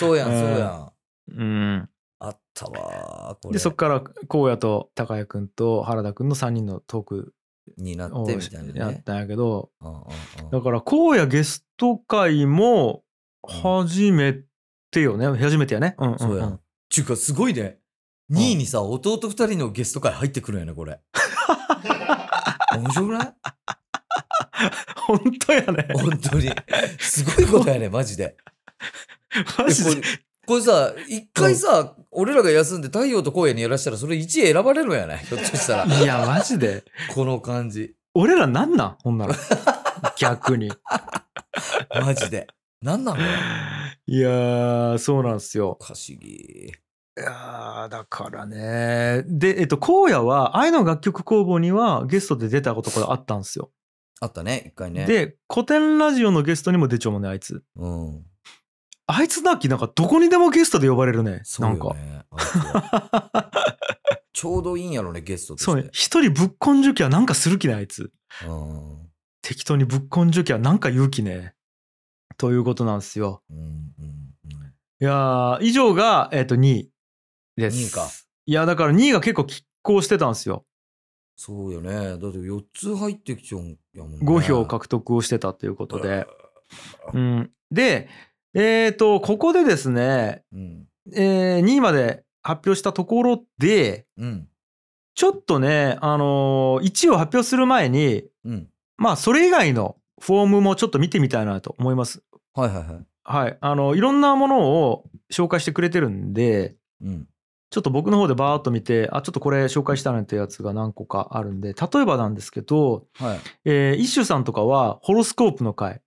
B: そうやん、
A: うん
B: そうやん。
A: うん、
B: あったわーこ
A: で
B: れ
A: そっから荒野と高谷くんと原田くんの3人のトーク
B: になっ
A: を
B: てみたいな
A: やっ
B: ね。
A: たんやけど、
B: うんうんうん
A: だから荒野ゲスト会も
B: うん
A: 初めてよね、初めてやねうんうん、うん、
B: そうやん。ちゅうか、すごいね。2位にさ、弟2人のゲスト会入ってくるんやね、こ れ。面白くない
A: 本当やね
B: 本当に。すごいことやね、マジで。
A: マジ
B: え
A: で
B: これこれさ、一回さ、俺らが休んで太陽と荒野にやらしたら、それ1位選ばれるんやないひょっとしたら。
A: いやマジで
B: この感じ。
A: 俺らなんなんほんなら逆に
B: マジで。なんなのこれ
A: いやーそうなんですよ
B: おかしぎ。
A: いやーだからねでえっと荒野は愛の楽曲工房にはゲストで出たことがあったんですよ、
B: あったね、一回ね。、
A: で古典ラジオのゲストにも出ちゃうもんねあいつ
B: うん。
A: あいつなきなんかどこにでもゲストで呼ばれるね
B: そう
A: なんか
B: よね。あいつは ちょうどいいんやろね、ゲストとして。
A: そうね。一人ぶっこんじゅきはなんかする気ね、あいつ。
B: うん。
A: 適当にぶっこんじゅきはなんか言う気ね。ということなんですよ。
B: うん。うん。うん
A: いやー以上が、えっ、と、2位です。
B: 二位か。
A: いや、だから2位が結構拮抗してたんですよ。
B: そうよね。だって4つ入ってきちゃうんやもんね。
A: 5票獲得をしてたということで。
B: う
A: うん。で、えっ、と、ここでですね、
B: うん。
A: え2位まで発表したところで、
B: うん。
A: ちょっとね、あの1位を発表する前に、
B: うん。
A: まあ、それ以外のフォームもちょっと見てみたいなと思います。
B: はいはいはい。
A: はい、あのいろんなものを紹介してくれてるんで
B: うん。
A: ちょっと僕の方でバーッと見てあちょっとこれ紹介したなんてやつが何個かあるんで例えばなんですけど、
B: はい。
A: えー、イッシュさんとかはホロスコープの回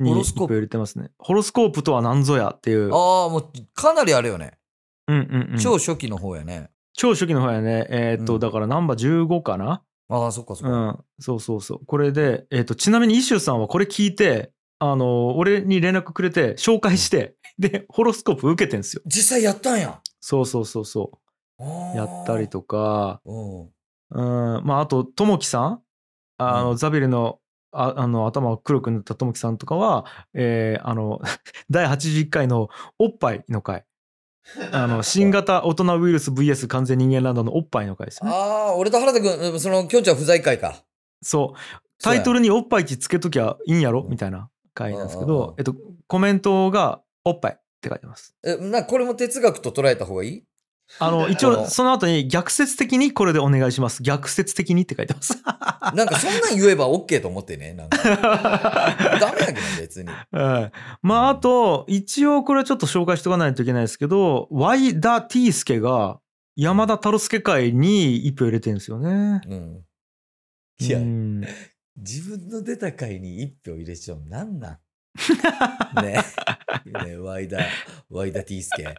A: に
B: ホロ
A: 一
B: スコー
A: 票
B: プ
A: 入れてますねホロスコープとは何ぞやっていう
B: ああ、もうかなりあれよね。
A: うんうんうん、
B: 超
A: 超
B: 初期の方やね。
A: 初期の方やねえーっと、
B: うん
A: だからナンバー15かな
B: ああ、そっかそっ
A: う
B: か。
A: んそうそうそうこれで、えーっとちなみにイッシュさんはこれ聞いてあの俺に連絡くれて紹介してでホロスコープ受けてんすよ
B: 実際やったんや。
A: そうそうそうそうやったりとか、
B: うん。
A: うん、まああと、ともきさん、あの、
B: うん
A: ザビエルの、ああの頭を黒く塗ったともきさんとかは、えーあの 第81回のおっぱいの回あ の新型大人ウイルス VS 完全人間ランドのおっぱいの回ですよね
B: ああ、俺と原田君、うんその、きょんちゃん不在会か。
A: そうタイトルに「おっぱい」ってつけときゃいいんやろ
B: うん
A: みたいな回なんですけ
B: うんうんう
A: ど、
B: ん
A: えっと、コメントが「おっぱい」って書いてます
B: え、な、これも哲学と捉えた方がいい
A: あの一応その後に「逆説的にこれでお願いします」「逆説的に」って書いてます
B: なんかそんなん言えば OK と思って ね。なんか。ダメやけど別に。
A: はいまああと一応これはちょっと紹介しとかないといけないですけどワイダ・ティースケが山田太郎介会に一票入れてるんですよね。
B: うん。いや、
A: うん
B: 自分の出た回に一票入れちゃうのなんなん ね。ね、ワイダ、ワイダティースケ。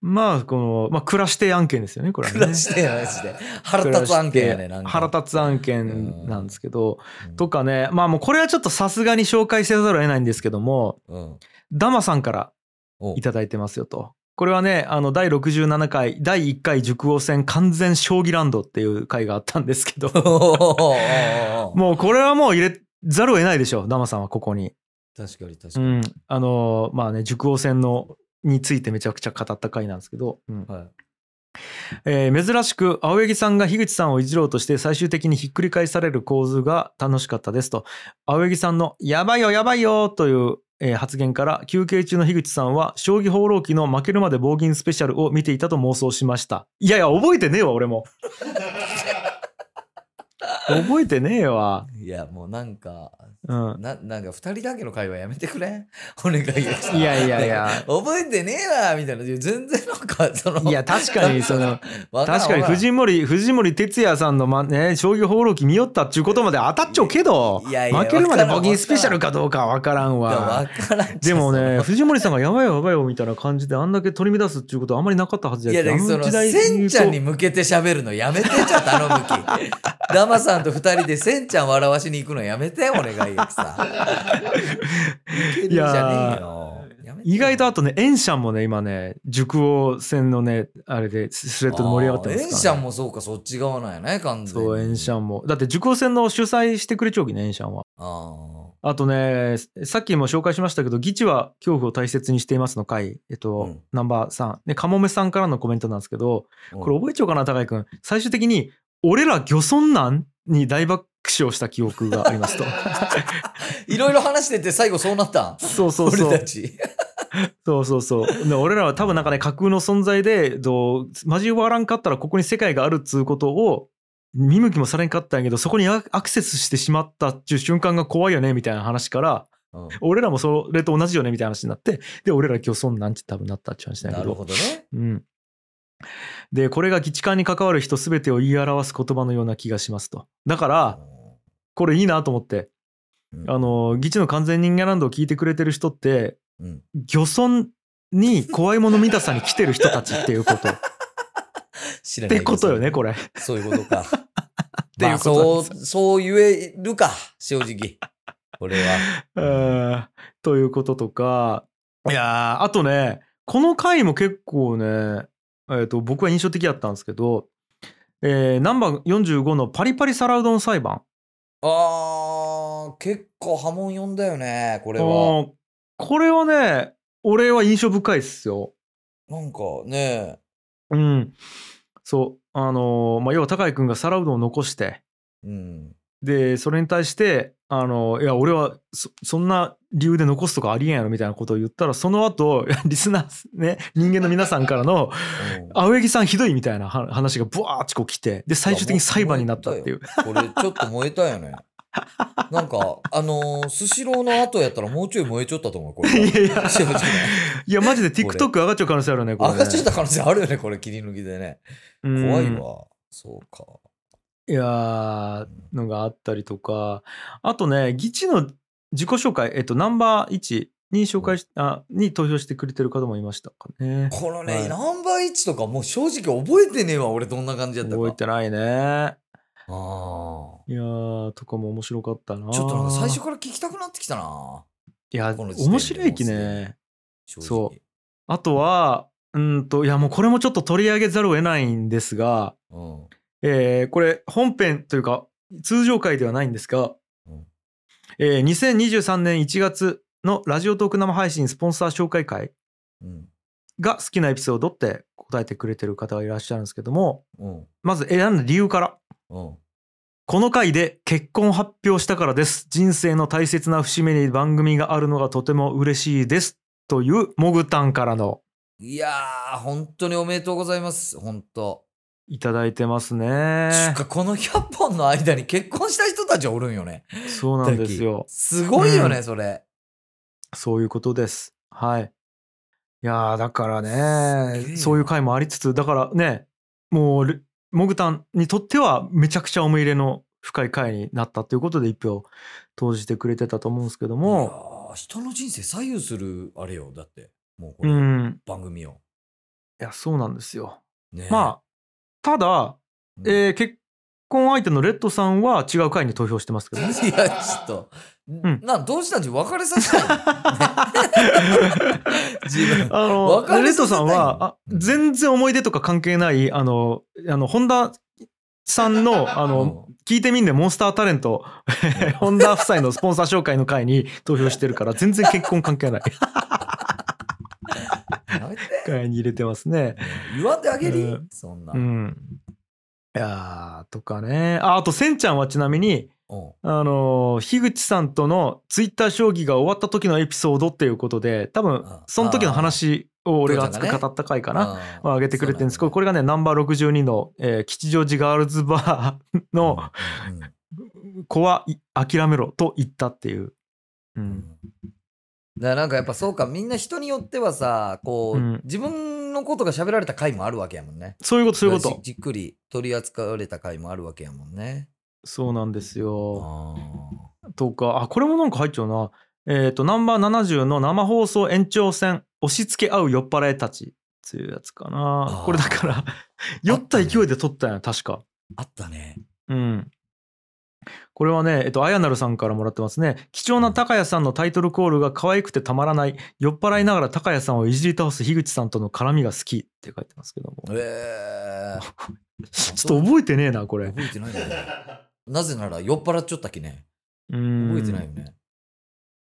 A: まあこの、まあ、暮らして案件ですよねこれはね。
B: 暮らしてやマジで。腹立つ案件やね、なんか。
A: 腹立つ案件なんですけど、
B: うん
A: とかねまあもうこれはちょっとさすがに紹介せざるを得ないんですけども
B: うん。
A: ダマさんから
B: お
A: いただいてますよと。これはね、あの、第67回、第1回熟王戦完全将棋ランドっていう回があったんですけど、
B: も
A: もうこれはもう入れざるを得ないでしょダマさんはここに。
B: う確かに確
A: う
B: かに。
A: ん、あのーまあね熟王戦のについてめちゃくちゃ語った回なんですけど、うん
B: はい。
A: えー珍しく青柳さんが樋口さんをいじろうとして最終的にひっくり返される構図が楽しかったですと青柳さんの「やばいよやばいよ」という、えー発言から休憩中の樋口さんは将棋放浪記の負けるまで棒 銀スペシャルを見ていたと妄想しましたいやいや覚えてねえわ俺も覚えてねえわ。
B: いや、もうなんか、
A: うん。
B: な、なんか二人だけの会話やめてくれ。 お願いがさ
A: いやいやいや。
B: 覚えてねえわみたいな。全然なんか、その、
A: いや、確かに、その、
B: わらん
A: 確かに
B: わらん
A: 藤森、藤森哲也さんの、ま、ね、将棋放浪記見よったっちゅうことまで当たっちゃうけど、
B: いやいや
A: 負けるまで
B: わから
A: ボ
B: ん
A: ギースペシャルかどうかは分からん
B: いや
A: わ。
B: わからん
A: でもね、藤森さんがやばいよやばいよみたいな感じであんだけ取り乱すっていうことはあまりなかったはず
B: い
A: や
B: や、
A: けど、
B: だ
A: あ
B: からそ
A: の
B: の、
A: 時代で
B: せ
A: 言
B: ん
A: う
B: ちゃん
A: と
B: に向けて喋るのやめて、ちょっと頼む き。ダマさんと二人でせんちゃん笑わしに行くのやめて、お願いよさ。いけるじゃねえよ。やめてよ
A: 意外とあとね、エンシャンもね、今ね、熟王戦のね、あれでスレッドで盛り上がってますから、ね。
B: エンシャンもそうか、そっち側なんやね、完全に。
A: そう、エンシ
B: ン。
A: ャンも。だって、受講戦の主催してくれちょうきね、エンシャンは。
B: あ
A: あとね、さっきも紹介しましたけど、議事は恐怖を大切にしていますの回、えっと、
B: うん
A: ナンバー3。ね、カモメさんからのコメントなんですけど、
B: あ。
A: これ覚えちゃおうかな、高井くん。最終的に、俺ら漁村なんに大爆笑した記憶があります と。
B: いろいろ話してて、最後そうなったん。
A: そうそうそ
B: 俺
A: う
B: た。ち。
A: そうそうそう。で俺らは多分なんかね、架空の存在で、どう交わらんかったらここに世界があるっつうことを、見向きもされんかったんやけど、そこにアアクセスしてしまったっていう瞬間が怖いよね、みたいな話から、
B: うん
A: 俺らもそれと同じよねみたいな話になってで俺ら今日そんなんち多分なったって話なんや
B: な
A: けど
B: るほどね。
A: うん、でこれが基地感に関わる人全てを言い表す言葉のような気がしますとだからこれいいなと思って
B: うん
A: あの「議地の完全人間ランド」を聞いてくれてる人って
B: うん
A: 漁村に怖いもの見たさに来てる人たちっていう こと。っ
B: 知らない
A: てことよね、これ。
B: そういうこと か。
A: てい
B: ま
A: う
B: あ、
A: ことなん
B: そ
A: で
B: う、
A: す
B: そう言えるか、正直。俺は。
A: うんということとか、いやーあとね、この回も結構ね、えーと僕は印象的だったんですけど、えーナンバー45のパリパリ皿うどん裁判。
B: あー、結構波紋呼んだよね、これ
A: あ
B: は。
A: ーこれはね、俺は印象深いっすよ。
B: なんかね、
A: うん。そう。あのーまあ、要は高井くんが皿うどんを残して、
B: うん。
A: で、それに対して、あのーいや、俺はそそんな理由で残すとかありえんやろみたいなことを言ったら、その後、 リスナー、ね、人間の皆さんからの、
B: うん
A: 青柳さんひどいみたいなは話がブワーッとこう来てで最終的に裁判になったっていう
B: これちょっと燃えた よね。なんか、あのー、スシローの後やったらもうちょい燃えちゃったと思う、これは。
A: いやいや
B: 正直ね
A: いやマジで TikTok 上がっちゃう可能性あるよねこれ
B: 上
A: ね
B: がっちゃった可能性あるよね、これ、切り抜きでね。
A: うん
B: 怖いわ。そうか。
A: いやーのがあったりとかあとね議事の自己紹介えっとナンバー1に紹介しあに投票してくれてる方もいましたかね
B: このね、
A: はい
B: ナンバー1とかもう正直覚えてねえわ、俺どんな感じやったか。
A: 覚えてないね
B: あー
A: いやーとかも面白かったな
B: ちょっとなんか最初から聞きたくなってきたな。
A: いや
B: この時点で
A: 面白いき
B: もうすでに
A: ね
B: 正直
A: そあとはうんといやもうこれもちょっと取り上げざるを得ないんですが
B: うん。
A: えーこれ本編というか通常回ではないんですが、
B: うん
A: えー2023年1月のラジオトーク生配信スポンサー紹介会
B: うん。
A: が好きなエピソードって答えてくれてる方がいらっしゃるんですけども
B: うん。
A: まず選んだ理由から
B: うん。
A: この回で結婚発表したからです人生の大切な節目に番組があるのがとても嬉しいですというモグタンからの
B: いやー、本当におめでとうございます。本当。
A: いただいてます
B: つう
A: ね
B: かこの100本の間に結婚した人たちはおるんよね。
A: そうなんですよ
B: すごいよね、
A: う
B: それ。
A: そういうことです。はい。いやーだから
B: すげえ
A: ね、
B: な
A: そういう回もありつつ、だからね、もうレ、モグタンにとってはめちゃくちゃ思い入れの深い回になったということで一票投じてくれてたと思うんですけども、
B: う人の人生左右するあれよ、だって。もうこ
A: う
B: れ、
A: ん、
B: 番組を。
A: いや、そうなんですよ。
B: ね、
A: まあ、ただ、
B: うん
A: えー結婚相手のレッドさんは違う回に投票してますけどね。
B: いや、ちょっと、
A: ん
B: な、どうしたんじゃ別れさせたいの、 ね 自分。
A: あの、
B: 別れさせたいの
A: レッドさんは、あ
B: うん
A: 全然思い出とか関係ない、あの、あの、本田さんの、あの、聞いてみんでモンスタータレント、本田夫妻のスポンサー紹介の回に投票してるから、全然結婚関係ない
B: やめて
A: 回に入れてますね。
B: 言わんであげり、
A: うん
B: そんな。
A: うん。いやーとかね。あ、あと、せんちゃんはちなみに、
B: うん
A: あのー樋口さんとのツイッター将棋が終わった時のエピソードっていうことで、多分
B: あ、
A: その時の話を俺が熱く語った回かな。
B: あ
A: を上げてくれてるんですけど、
B: そう
A: これがね、ナンバー62の、えー吉祥寺ガールズバーの、
B: なんだうん
A: 子はい諦めろと言ったっていう。うん、
B: だからなんかやっぱそうかみんな人によってはさこう、
A: うん
B: 自分のことが喋られた回もあるわけやもんね
A: そういうことそういうこ
B: だか
A: と
B: ら。じじっくり取り扱われた回もあるわけやもんね
A: そうなんです
B: あ
A: よ。
B: ー
A: とかあこれもなんか入っちゃうな。えっ、とナンバー70の生放送延長戦押し付け合う酔っ払いたちっていうやつかな
B: あ。ー
A: これだから 酔った勢いで撮ったんや確か。
B: あっ たね
A: うん。これはね、えっと、あやなるさんからもらってますね。貴重な高谷さんのタイトルコールが可愛くてたまらない。酔っ払いながら高谷さんをいじり倒す樋口さんとの絡みが好きって書いてますけども。
B: えー、
A: ちょっと覚えてねえな、これ。
B: 覚えてないよねなぜなら酔っ払っちゃったきね
A: うん
B: 覚えてないよね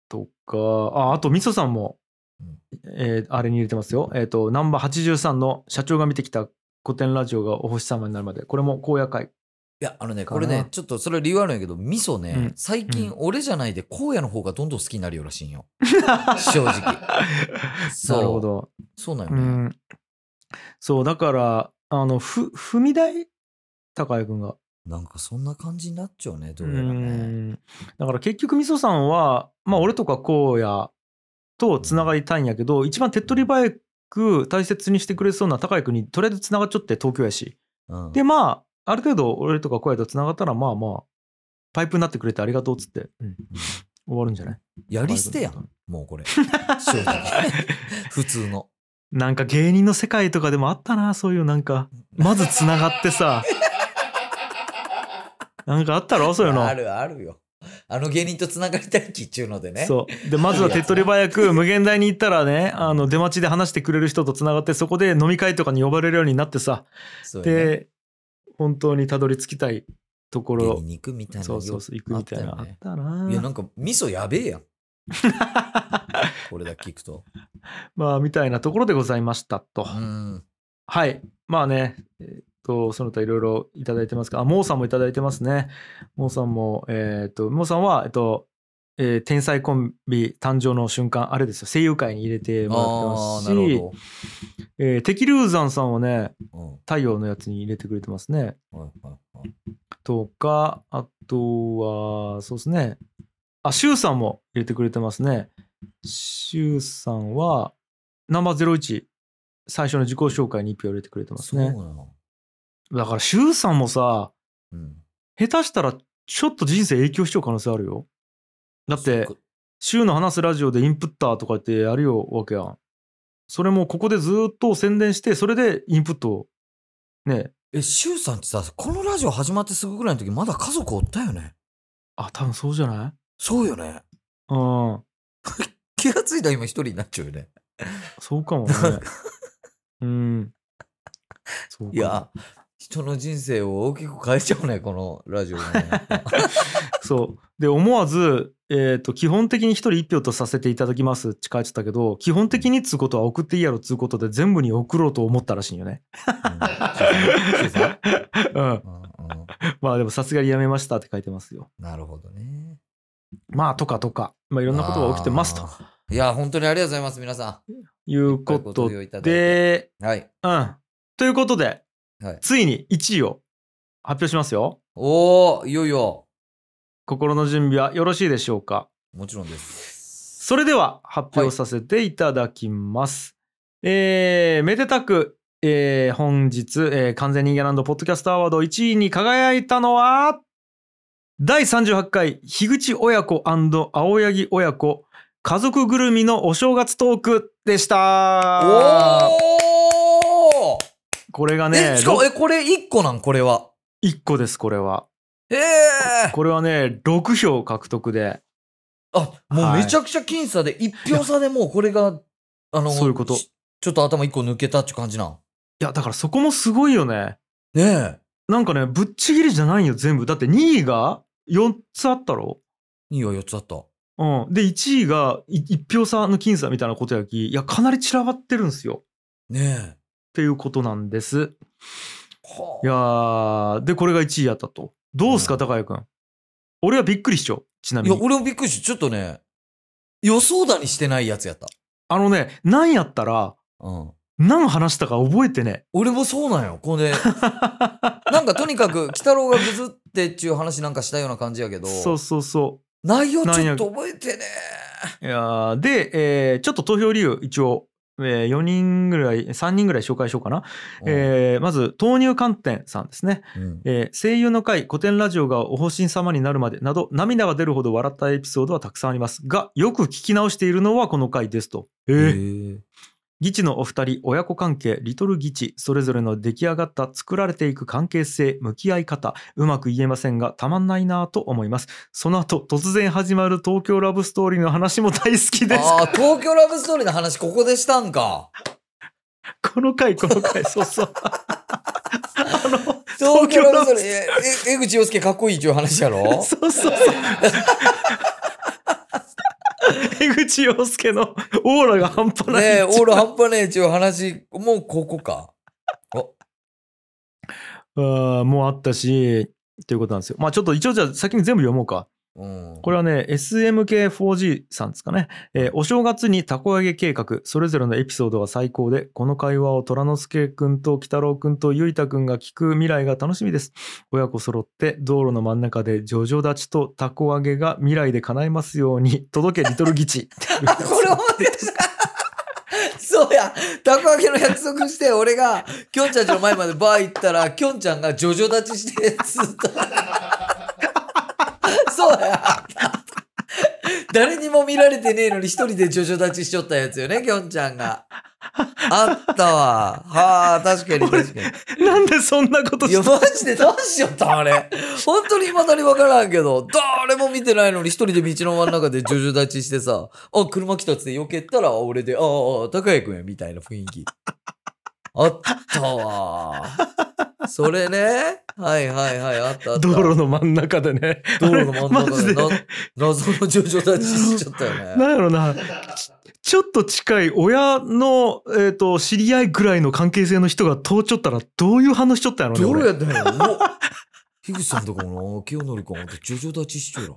A: とか、あ、あと、みそさんも
B: うん、
A: えーあれに入れてますよ。えっ、と、ナンバー83の社長が見てきた古典ラジオがお星様になるまで。これも荒野会。
B: いやあのね
A: か
B: こ
A: な
B: れねちょっとそれは理由あるんやけど味噌ね、
A: うんう
B: 最近俺じゃないで荒野の方がどんどん好きになるよらしいんよ正 直そう
A: なるほど。
B: そうなんよ
A: う
B: ね、
A: ん、そうだからあのふ踏み台高井君が、
B: なんかそんな感じになっちゃうねど
A: う
B: うやらね
A: んだから結局みそさんはまあ俺とかこうやとつながりたいんやけど一番手っ取り早く大切にしてくれそうな高井君にとりあえずつながっちゃって東京やし
B: うん
A: でまあある程度俺とかこうやとつながったらまあまあパイプになってくれてありがとうっつって、うん終わるんじゃない
B: やり捨てや
A: 高井
B: ん
A: 君
B: もうこれ 正直普通の
A: なんか芸人の世界とかでもあったなそういうなんかまずつながって さなんかあったろそういうの
B: あるあるよあの芸人とつながりたい気っちゅうのでね
A: そうでまずは手っ取り早く無限大に行ったらねあの出待ちで話してくれる人とつながってそこで飲み会とかに呼ばれるようになってさ
B: そうよね
A: で本当にたどり着きたいとこ
B: 芸
A: ろ
B: 人に行くみたいな
A: そうそうそう行くみたいな
B: あ
A: あ
B: っ
A: った
B: よね
A: たない
B: やなんか味噌やべえ やんこれだけ聞くと
A: まあみたいなところでございましたと
B: うん
A: はいまあねえーっとその他いろいろいただいてますがあモーさんもいただいてますねモーさんもえーっとモーさんはえっとえー天才コンビ誕生の瞬間あれですよ声優界に入れても
B: あ
A: ら
B: あ
A: って
B: な
A: ますし
B: るほ
A: えー、敵龍山さんをね
B: ど、
A: 太陽のやつに入れてくれてますね
B: うんはいはいはい、
A: とかあとはそうですねあシュウさんも入れてくれてますねシュウさんはナンバー01最初の自己紹介に1票入れてくれてます
B: そうな
A: ね
B: の、
A: だからシュウさんもさ
B: うん、
A: 下手したらちょっと人生影響しちゃう可能性あるよだって
B: そっか
A: 週の話すラジオでインプッターとかってやるよわけやん。それもここでずーっと宣伝して、それでインプットをね、
B: えシュウさんってさこのラジオ始まってすぐぐらいの時まだ家族おったよね
A: あ、多分そうじゃない
B: そうよね
A: うん、
B: 気がついたら今一人になっちゃうよね
A: そうか もね。うん。そうかも
B: いや人の人生を大きく変えちゃうねこのラジオがね
A: そう。で、思わず、えっ、と、基本的に一人一票とさせていただきますって書いてたけど、基本的にっつうことは送っていいやろっつうことで全部に送ろうと思ったらしいんよね。
B: うんシュウさん
A: うん。
B: うんうん
A: まあでもさすがにやめましたって書いてますよ。
B: なるほどね
A: まあ、とかとか、まあい
B: い
A: ろんなことが起きてますと
B: いや本当にありがとうございます皆さ
A: いうこ
B: こ
A: と
B: ご投
A: と
B: 票いただい
A: で、
B: んはい
A: うん。ということで、
B: はい
A: ついに1位を発表しますよ。
B: おおいよいよ
A: 心の準備はよろしいでしょうか
B: もちろんです
A: それでは発表させていただきます。えーめでたく、えー本日、えー完全人間ランドポッドキャストアワード1位に輝いたのは、第38回、樋口親子青柳親子、家族ぐるみのお正月トークでし
B: お
A: た。
B: お
A: これが
B: え
A: ね
B: し、かもえこれ1個なんこれは
A: 1個です、これは。
B: ええ
A: これはね、6票獲得で。
B: あもう
A: はい
B: めちゃくちゃ僅差で1票差でもうこれがあの
A: そういうこと
B: ちちょっと頭1個抜けたって感じなん
A: いや、だからそこもすごいよね。
B: ねえ
A: なんかね、ぶっちぎりじゃないよ、全部。だって2位が4つあったろ
B: 2位は4つあった
A: うん。で、1位が1票差の僅差みたいなことやき、いや、かなり散らばってるんすよ。っ
B: ねえ
A: ていうことなんです。
B: はい
A: やー、で、これが1位やったと。どうす
B: う
A: か、
B: ん
A: 高谷くん。俺はびっくりしちゃう。ちなみ
B: いや、
A: に。
B: 俺もびっくりして、ちょっとね、予想だにしてないやつやった。
A: あのね、なんやったら、
B: うん。
A: 何話したか覚えてね
B: 俺もそうなんよ これなんかとにかく鬼太郎がぐずってっちゅう話なんかしたような感じやけど
A: そうそうそ
B: 内容ちょっと覚えてね
A: ういやーで、えーちょっと投票理由一応、え4人ぐらい3人ぐらい紹介しようかな、えーまず豆乳寒天さんですね
B: うん
A: えー声優の会古典ラジオがお方針様になるまでなど涙が出るほど笑ったエピソードはたくさんありますがよく聞き直しているのはこの回ですと。え
B: へ
A: ー
B: ー
A: ギチのお二人親子関係リトルギチそれぞれの出来上がった作られていく関係性向き合い方うまく言えませんがたまんないなぁと思いますその後突然始まる東京ラブストーリーの話も大好きです
B: ああ東京ラブストーリーの話ここでした んか
A: この回この 回そうそう
B: 東京
A: 京
B: ラ
A: ラ
B: ブ
A: ブ
B: ストーリーええ江口洋介かっこいいっちゅう話や ろ
A: そう そうそう。江口洋介のオーラが半端ない。
B: ねえ、オール半端ねえっちゅう話、もうここか。
A: あーもうあったし、ということなんですよ。まあちょっと一応じゃあ先に全部読もうか。
B: うん。
A: これはね、SMK4G さんですかね。えーお正月にたこ揚げ計画、それぞれのエピソードが最高で、この会話を虎之助くんと鬼太郎くんとゆいたくんが聞く未来が楽しみです。親子揃って道路の真ん中でジョジョ立ちとたこ揚げが未来で叶いますように、届けリトルギ チ。
B: あ、これ思ってた。そうや、たこ揚げの約束して、俺が、きょんちゃんちの前までバー行ったら、きょんちゃんがジョジョ立ちして、ずっと。そうや。誰にも見られてねえのに一人でジョジョ立ちしちょったやつよね、きょんちゃんが。あったわ。はあ、確かに確かに。
A: なんでそんなこと
B: い
A: し
B: や、
A: た
B: マジでどうしよったあれ。本当に未だに分からんけど、誰も見てないのに一人で道の真ん中でジョジョ立ちしてさ、あ、車来たっつって避けたら俺で、ああ、高谷くんや、みたいな雰囲気。あったわ。それね。はいはいはい、あったあった。
A: 道路の真ん中でね。
B: 道路の真ん中で
A: マ
B: な謎のジョジョ立ちしちゃったよね。
A: なんやろな。ちちょっと近い親の、えー、と知り合いぐらいの関係性の人が通っちょったらどういう反応しちょったんやろ
B: ど
A: ね
B: う
A: 俺
B: やったんや ろ樋口さんとかもな、清則君ってジョジョ立ちしちゃ うよ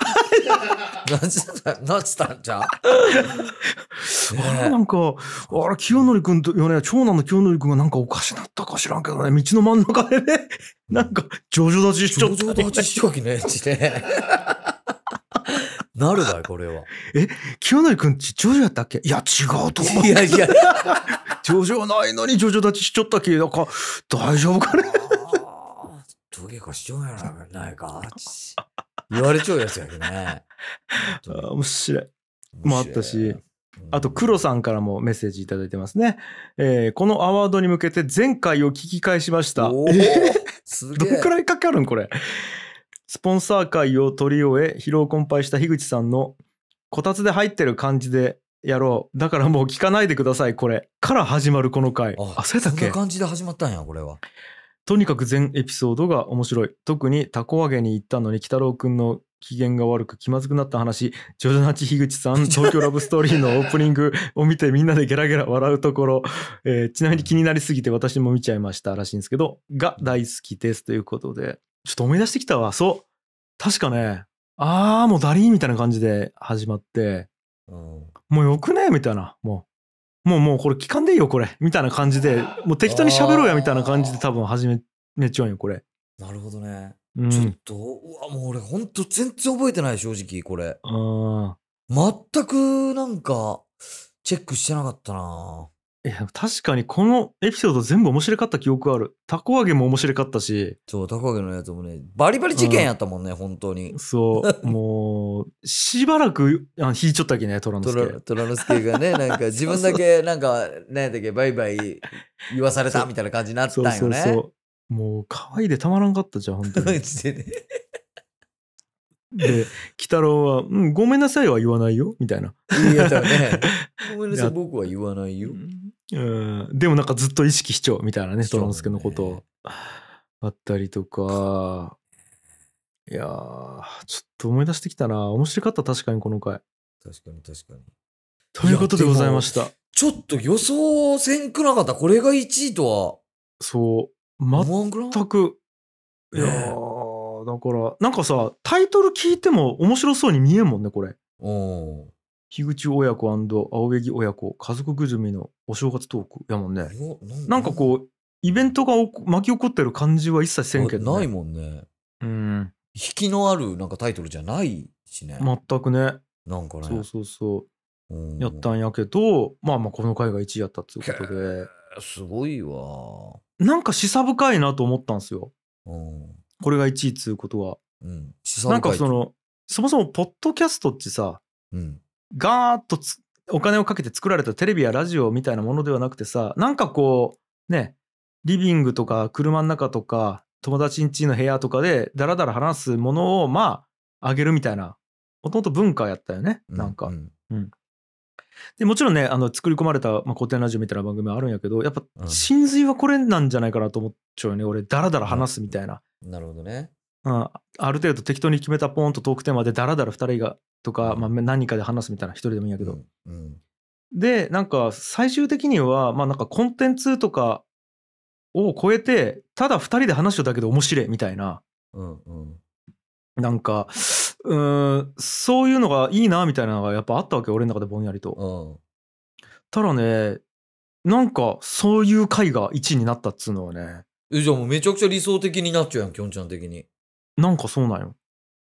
B: な。なんつった、なんつったんじゃうねえ
A: なんかあれ清則君とよね長男の清則君がなんかおかしなったか知らんけどね道の真ん中でねなんか上々立ちしち
B: 上
A: ょっ
B: 々
A: た
B: 立ちしちゃうきねえ ちね。なるだよ、これは。
A: 清則君ち上々やったっけいや違うと思う
B: いやいや。
A: 上々ないのに上々立ちしちょったっけなんか大丈夫かね
B: どげかしちゃうんやろないか。ち言われちゃうやつやけね。
A: あー面白いもあったし
B: うん、
A: あと、黒さんからもメッセージいただいてますね。えーこのアワードに向けて前回を聞き返しました。
B: お
A: え
B: ー
A: ー
B: す
A: ど
B: げ
A: ん
B: え
A: く。らいかかるんこれ。スポンサー会を取り終え、疲労困憊した樋口さんの、こたつで入ってる感じでやろう。だからもう聞かないでください、これ。から始まるこの回。あ、それだっ
B: ん
A: け
B: な感じで始まったんや、これは。
A: とにかく全エピソードが面白い。特にたこ揚げに行ったのに、鬼太郎くんの機嫌が悪く気まずくなった話、ジョジョナチ樋口さん、東京ラブストーリーのオープニングを見てみんなでゲラゲラ笑うところ、えーちなみに気になりすぎて私も見ちゃいましたらしいんですけど、が大好きですということで、ちょっと思い出してきたわ。そう。確かね、あーもうダリーンみたいな感じで始まって、
B: うん
A: もうよくねみたいな。もう、もうもうこれ聞かんでいいよ、これ。みたいな感じで、もう適当に喋ろうや、みたいな感じで多分始め、めちゃうんよ、これ。
B: なるほどね。
A: う
B: ちょ
A: ん
B: っ。と、うわ、もう俺ほんと全然覚えてない、正直、これ。
A: あ
B: 全くなんか、チェックしてなかったな。
A: ーいや確かにこのエピソード全部面白かった記憶ある。たこ揚げも面白かったし、
B: そう、高木のやつもね、バリバリ事件やったもんね、本当に。
A: そう、もう、しばらくあ引いちょったっけね、虎之
B: 虎
A: 助。
B: 虎之助が ね、なんか自分だけ、なんか、何やったっけ、バイバイ言わされたみたいな感じになった
A: そ
B: ん
A: う
B: よ
A: そう
B: ね。
A: そう。もう、可愛いでたまらんかったじゃん、本当に。
B: してね
A: で、鬼太郎は、うん、ごめんなさいは言わないよ、みたいな。
B: 言いやっ たね。ごめんなさい、
A: いや
B: 僕は言わないよ。
A: うん、でもなんかずっと意識しちゃうみたいなね
B: しちゃう
A: 虎
B: もん
A: 之
B: ね
A: 助のことをあったりとかいやーちょっと思い出してきたな面白かった確かにこの回
B: 確かに確かに。
A: ということでございました
B: ちょっと予想せんくなかった。これが1位と
A: そう
B: は思わんくない
A: 全くい
B: ね
A: やーだからなんかさタイトル聞いても面白そうに見えんもんねこれ
B: うん。
A: 樋口親子青柳親子家族ぐるみのお正月トークやもんね
B: よ
A: なんかこうイベントがおこ巻き起こってる感じは一切せんけど、ね、
B: ないもんね
A: うん
B: 引きのあるなんかタイトルじゃないしね、
A: 全くね
B: なんかね
A: そうそうそう
B: うん
A: やったんやけどまあまあこの回が1位やったっていうことで。
B: すごいわ
A: なんか示唆深いなと思ったんですよ。
B: うん
A: これが1位っつうことは。
B: うん
A: なんかそ、の、そもそもポッドキャストってさ、
B: うん、
A: ガーッとつお金をかけて作られたテレビやラジオみたいなものではなくてさ、なんかこう、ね、リビングとか車の中とか、友達ん家の部屋とかでダラダラ話すものを、まあ、あげるみたいな。もともと文化やったよね。なんか
B: う。ん
A: でもちろんね、あの、作り込まれた、まあ、古典ラジオみたいな番組はあるんやけど、やっぱ、
B: うん
A: 真髄はこれなんじゃないかなと思っちゃうよね。俺、ダラダラ話すみたいな。
B: なるほどね
A: うん、ある程度適当に決めたポーンとトークテーマでダラダラ2人がとか、
B: うん
A: まあ、何人かで話すみたいな1人でもいいんやけど、
B: うんうん
A: でなんか最終的にはまあなんかコンテンツとかを超えてただ2人で話してるだけで面白いみたいな
B: うんうん
A: なんかうーんそういうのがいいなみたいなのがやっぱあったわけ俺の中でぼんやりと。
B: うん
A: ただねなんかそういう回が1位になったっつうのはね
B: えじゃあもうめちゃくちゃ理想的になっちゃうやんきょんちゃん的に
A: なんかそうなんよ。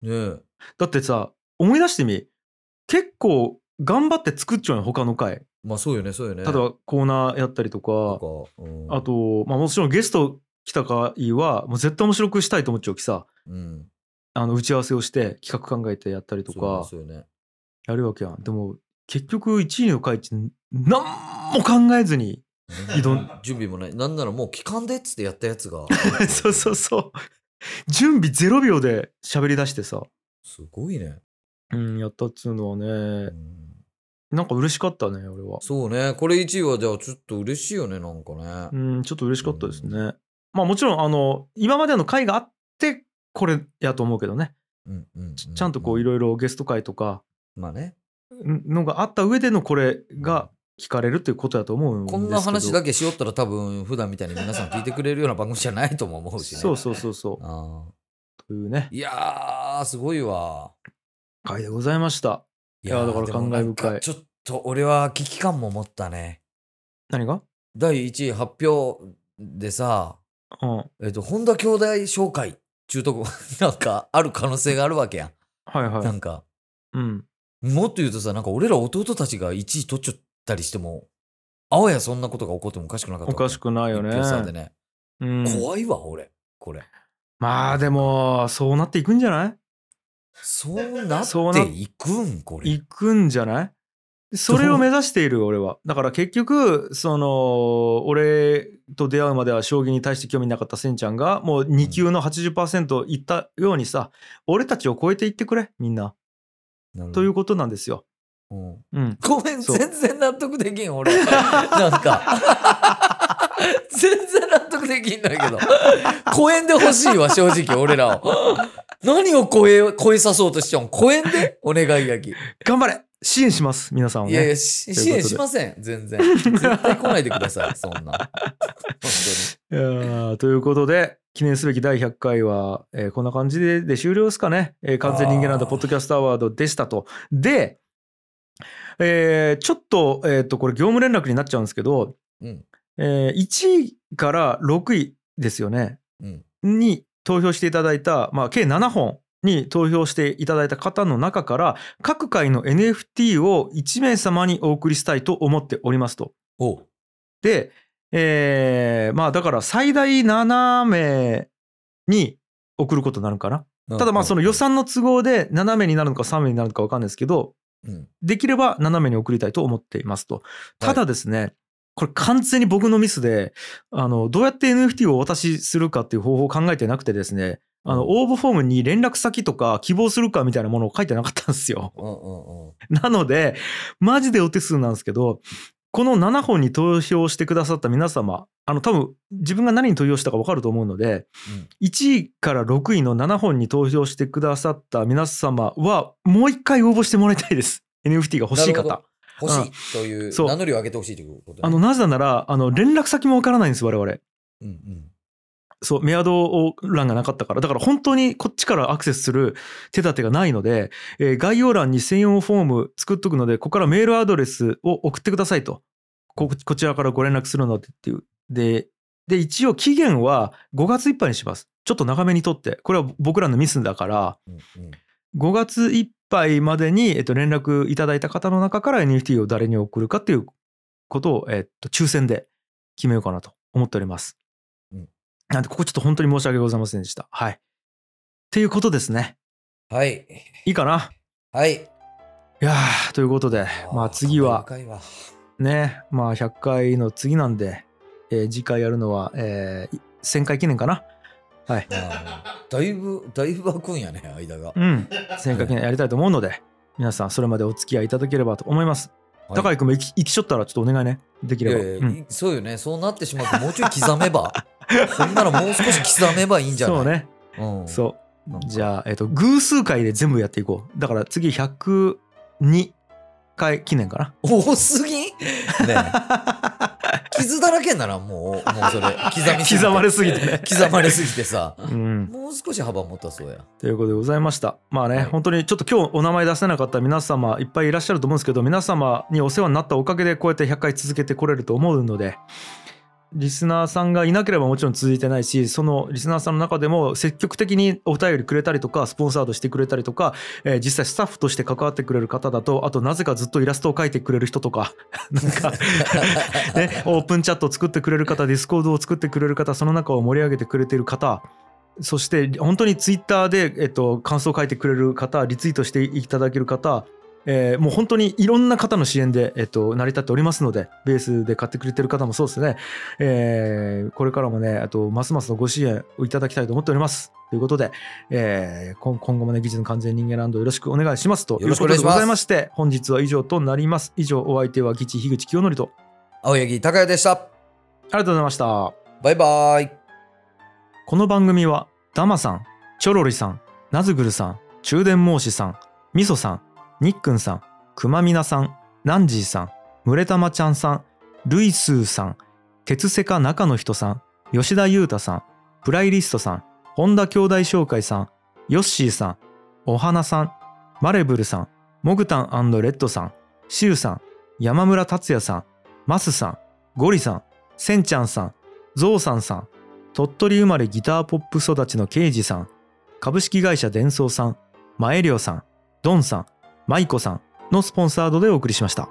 B: ねえ
A: だってさ思い出してみ結構頑張って作っちゃうよ他の回。
B: まあそうよねそうよね
A: 例えばコーナーやったりとか、
B: とか、うん、
A: あ、と、まあ、もちろんゲスト来た回は、もう絶対面白くしたいと思っちゃうきさ、
B: うん、
A: あの打ち合わせをして企画考えてやったりとか
B: そうよね
A: やるわけやん。でも、結局1位の回って何も考えずに、
B: そうよね
A: 挑ん
B: 準備もないなんならもう期間でっつってやったやつが
A: そうそうそう、準備0秒で喋り出してさ、
B: すごいね、
A: うん、やったっつうのは
B: う
A: ね、
B: ん
A: なんか嬉しかったね、俺は。
B: そうねこれ1位はじゃあちょっと嬉しいよねなんかね、
A: うん、ちょっと嬉しかったですね。
B: う
A: まあもちろん、あの、今までの回があって、これやと思うけどね。
B: うんうんうん
A: ちちゃんとこういろいろゲスト会とか
B: まあね
A: んのがあった上でのこれが聞かれるということだと思うんですけ
B: こ
A: ど
B: んな話だけしよったら多分普段みたいに皆さん聞いてくれるような番組じゃないとも思うしね
A: そうそうそうそ
B: あ
A: うというね
B: ーいやーすごいわ
A: 回でございました
B: い
A: いやーだから
B: でもな
A: 感
B: ん
A: 慨深い
B: ちょっと俺は危機感も持ったね
A: 何が
B: 第1位発表でさ
A: うんは
B: えっと本田兄弟紹介中とこ なんかある可能性があるわけやん、
A: いは
B: ないんか
A: うん
B: もっと言うとさなんか俺ら弟たちが1位取っちゃったりしてもあわやそんなことが起こってもおかしくなかった
A: おかしくないよね
B: 一票差でね、
A: うん、
B: 怖いわ俺これ
A: まあでもそうなっていくんじゃない
B: そうなっ
A: そうな
B: ていくんこれ
A: いくんじゃないそれを目指している俺はだから結局その俺と出会うまでは将棋に対して興味なかったせんちゃんがもう2級の80%いったようにさ俺たちを超えていってくれみんなということなんですよ。
B: うん
A: うん、
B: ごめん、
A: そう
B: 全然納得できん、俺。なんか。 全然納得できんだけど。公園で欲しいわ、正直、俺らを。何を超え、超えさそうとしちゃうん公園でお願い書き。
A: 頑張れ支援します皆さんを
B: いやい
A: ね。
B: や、
A: と
B: し
A: いうこと
B: 支
A: で
B: 援しません、全然。絶対来ないでくださ い、そんな。本
A: いやーということで記念すべき第100回は、えーこんな感じでで終了ですかね。えー完全人間なんだ
B: あー
A: ポッドキャストアワードでしたと。で、えーちょっと,、えー、とこれ業務連絡になっちゃうんですけど、
B: 当に。
A: え1位から6位ですよね
B: うん、うん。
A: に投票していただいた、まあ、計7本に投票していただいた方の中から各回の NFT を1名様にお送りしたいと思っておりますと。
B: おう
A: で、えーまあだから最大7名に送ることになるんかな。ただまあその予、算の都合で7名になるのか3名になるのか分かんないですけど、
B: うん
A: できれば7名に送りたいと思っていますと。ただですね、これ完全に僕のミスで、あの、どうやって NFT をお渡しするかっていう方法を考えてなくてですね、あの、応募フォームに連絡先とか希望するかみたいなものを書いてなかったんですよ。
B: うんうんうん。
A: なので、マジでお手数なんですけど、この7本に投票してくださった皆様、あの、多分自分が何に投票したか分かると思うので、1位から6位の7本に投票してくださった皆様は、もう一回応募してもらいたいです。NFT が欲しい
B: なる
A: 方。
B: ほど。欲しいという、
A: そう
B: 名乗りを上げてほしいということね
A: あの、、なぜなら、あの、連絡先も分からないんです、我々。
B: うんうん。
A: そう、メアド欄がなかったから、だから本当にこっちからアクセスする手立てがないので、えー概要欄に専用フォーム作っとくので、ここからメールアドレスを送ってくださいと。ここちらからご連絡するのでっていう。で、で、一応期限は5月いっぱいにします。ちょっと長めにとって。これは僕らのミスだから、
B: うんうん
A: 5月いっぱいまでに、えっと、連絡いただいた方の中から NFT を誰に送るかっていうことを、えっと、抽選で決めようかなと思っております。
B: うん
A: なんで、ここちょっと本当に申し訳ございませんでした。はい。っていうことですね。
B: はい。
A: いいかな
B: はい。
A: いやーということで、 まあ次は
B: 感慨深いわ
A: ね、まあ100回の次なんで、えー次回やるのは、えー1000回記念かなはい。
B: あーだいぶ、だいぶ空くんやね、間が。
A: うん。1000回記念やりたいと思うので、皆さんそれまでお付き合いいただければと思います。
B: はい
A: 高井君も行き行きちょったらちょっとお願いね。でき
B: い
A: れば。
B: やいや、
A: うん
B: いそうよね。そうなってしまうと、もうちょい刻めば。 そんならもう少し刻めばいいんじゃない
A: そう。ね。
B: うん、
A: そう
B: なん。か
A: じゃあ、えっ、と、偶数回で全部やっていこう。だから次102回記念かな。
B: 多すぎんねえ 傷だらけならもう、もうそ れ、刻みすぎて
A: 刻まれすぎてね
B: 刻まれすぎてさ。
A: うん。
B: もう少し幅持ったそうや。
A: ということでございました。まあね、
B: はい
A: 本当にちょっと今日お名前出せなかった皆様いっぱいいらっしゃると思うんですけど、皆様にお世話になったおかげでこうやって100回続けてこれると思うので、リスナーさんがいなければもちろん続いてないし、そのリスナーさんの中でも積極的にお便りくれたりとか、スポンサードしてくれたりとか、えー実際スタッフとして関わってくれる方だと、あとなぜかずっとイラストを描いてくれる人とか、 なんか、ね、オープンチャットを作ってくれる方、ディスコードを作ってくれる方、その中を盛り上げてくれている方、そして本当にツイッターで、えっと、感想を書いてくれる方、リツイートしていただける方、えーもう本当にいろんな方の支援で、えっと、成り立っておりますので、ベースで買ってくれてる方もそうですね、えーこれからもね、あと、ますますのご支援をいただきたいと思っております。ということで、えー今今後もね、技術の完全人間ランドよろしくお願いしますということでございまして、本日は以上となります。以上、お相手はギチ樋口清則と、
B: 青柳高也でした。
A: ありがとうございました。
B: バイバイ。
A: この番組は、ダマさん、チョロリさん、ナズグルさん、中電申しさん、ミソさん、ニックンさん、クマミナさん、ナンジーさん、ムレタマちゃんさん、ルイスーさん、鉄セカ中の人さん、吉田裕太さん、プライリストさん、本田兄弟紹介さん、ヨッシーさん、お花さん、マレブルさん、モグタンレッドさん、シュウさん、山村達也さん、マスさん、ゴリさん、センちゃんさん、ゾウさんさん、鳥取生まれギターポップ育ちの刑事さん株式会社伝送さん前涼さんドンさん舞子さんのスポンサードでお送りしました。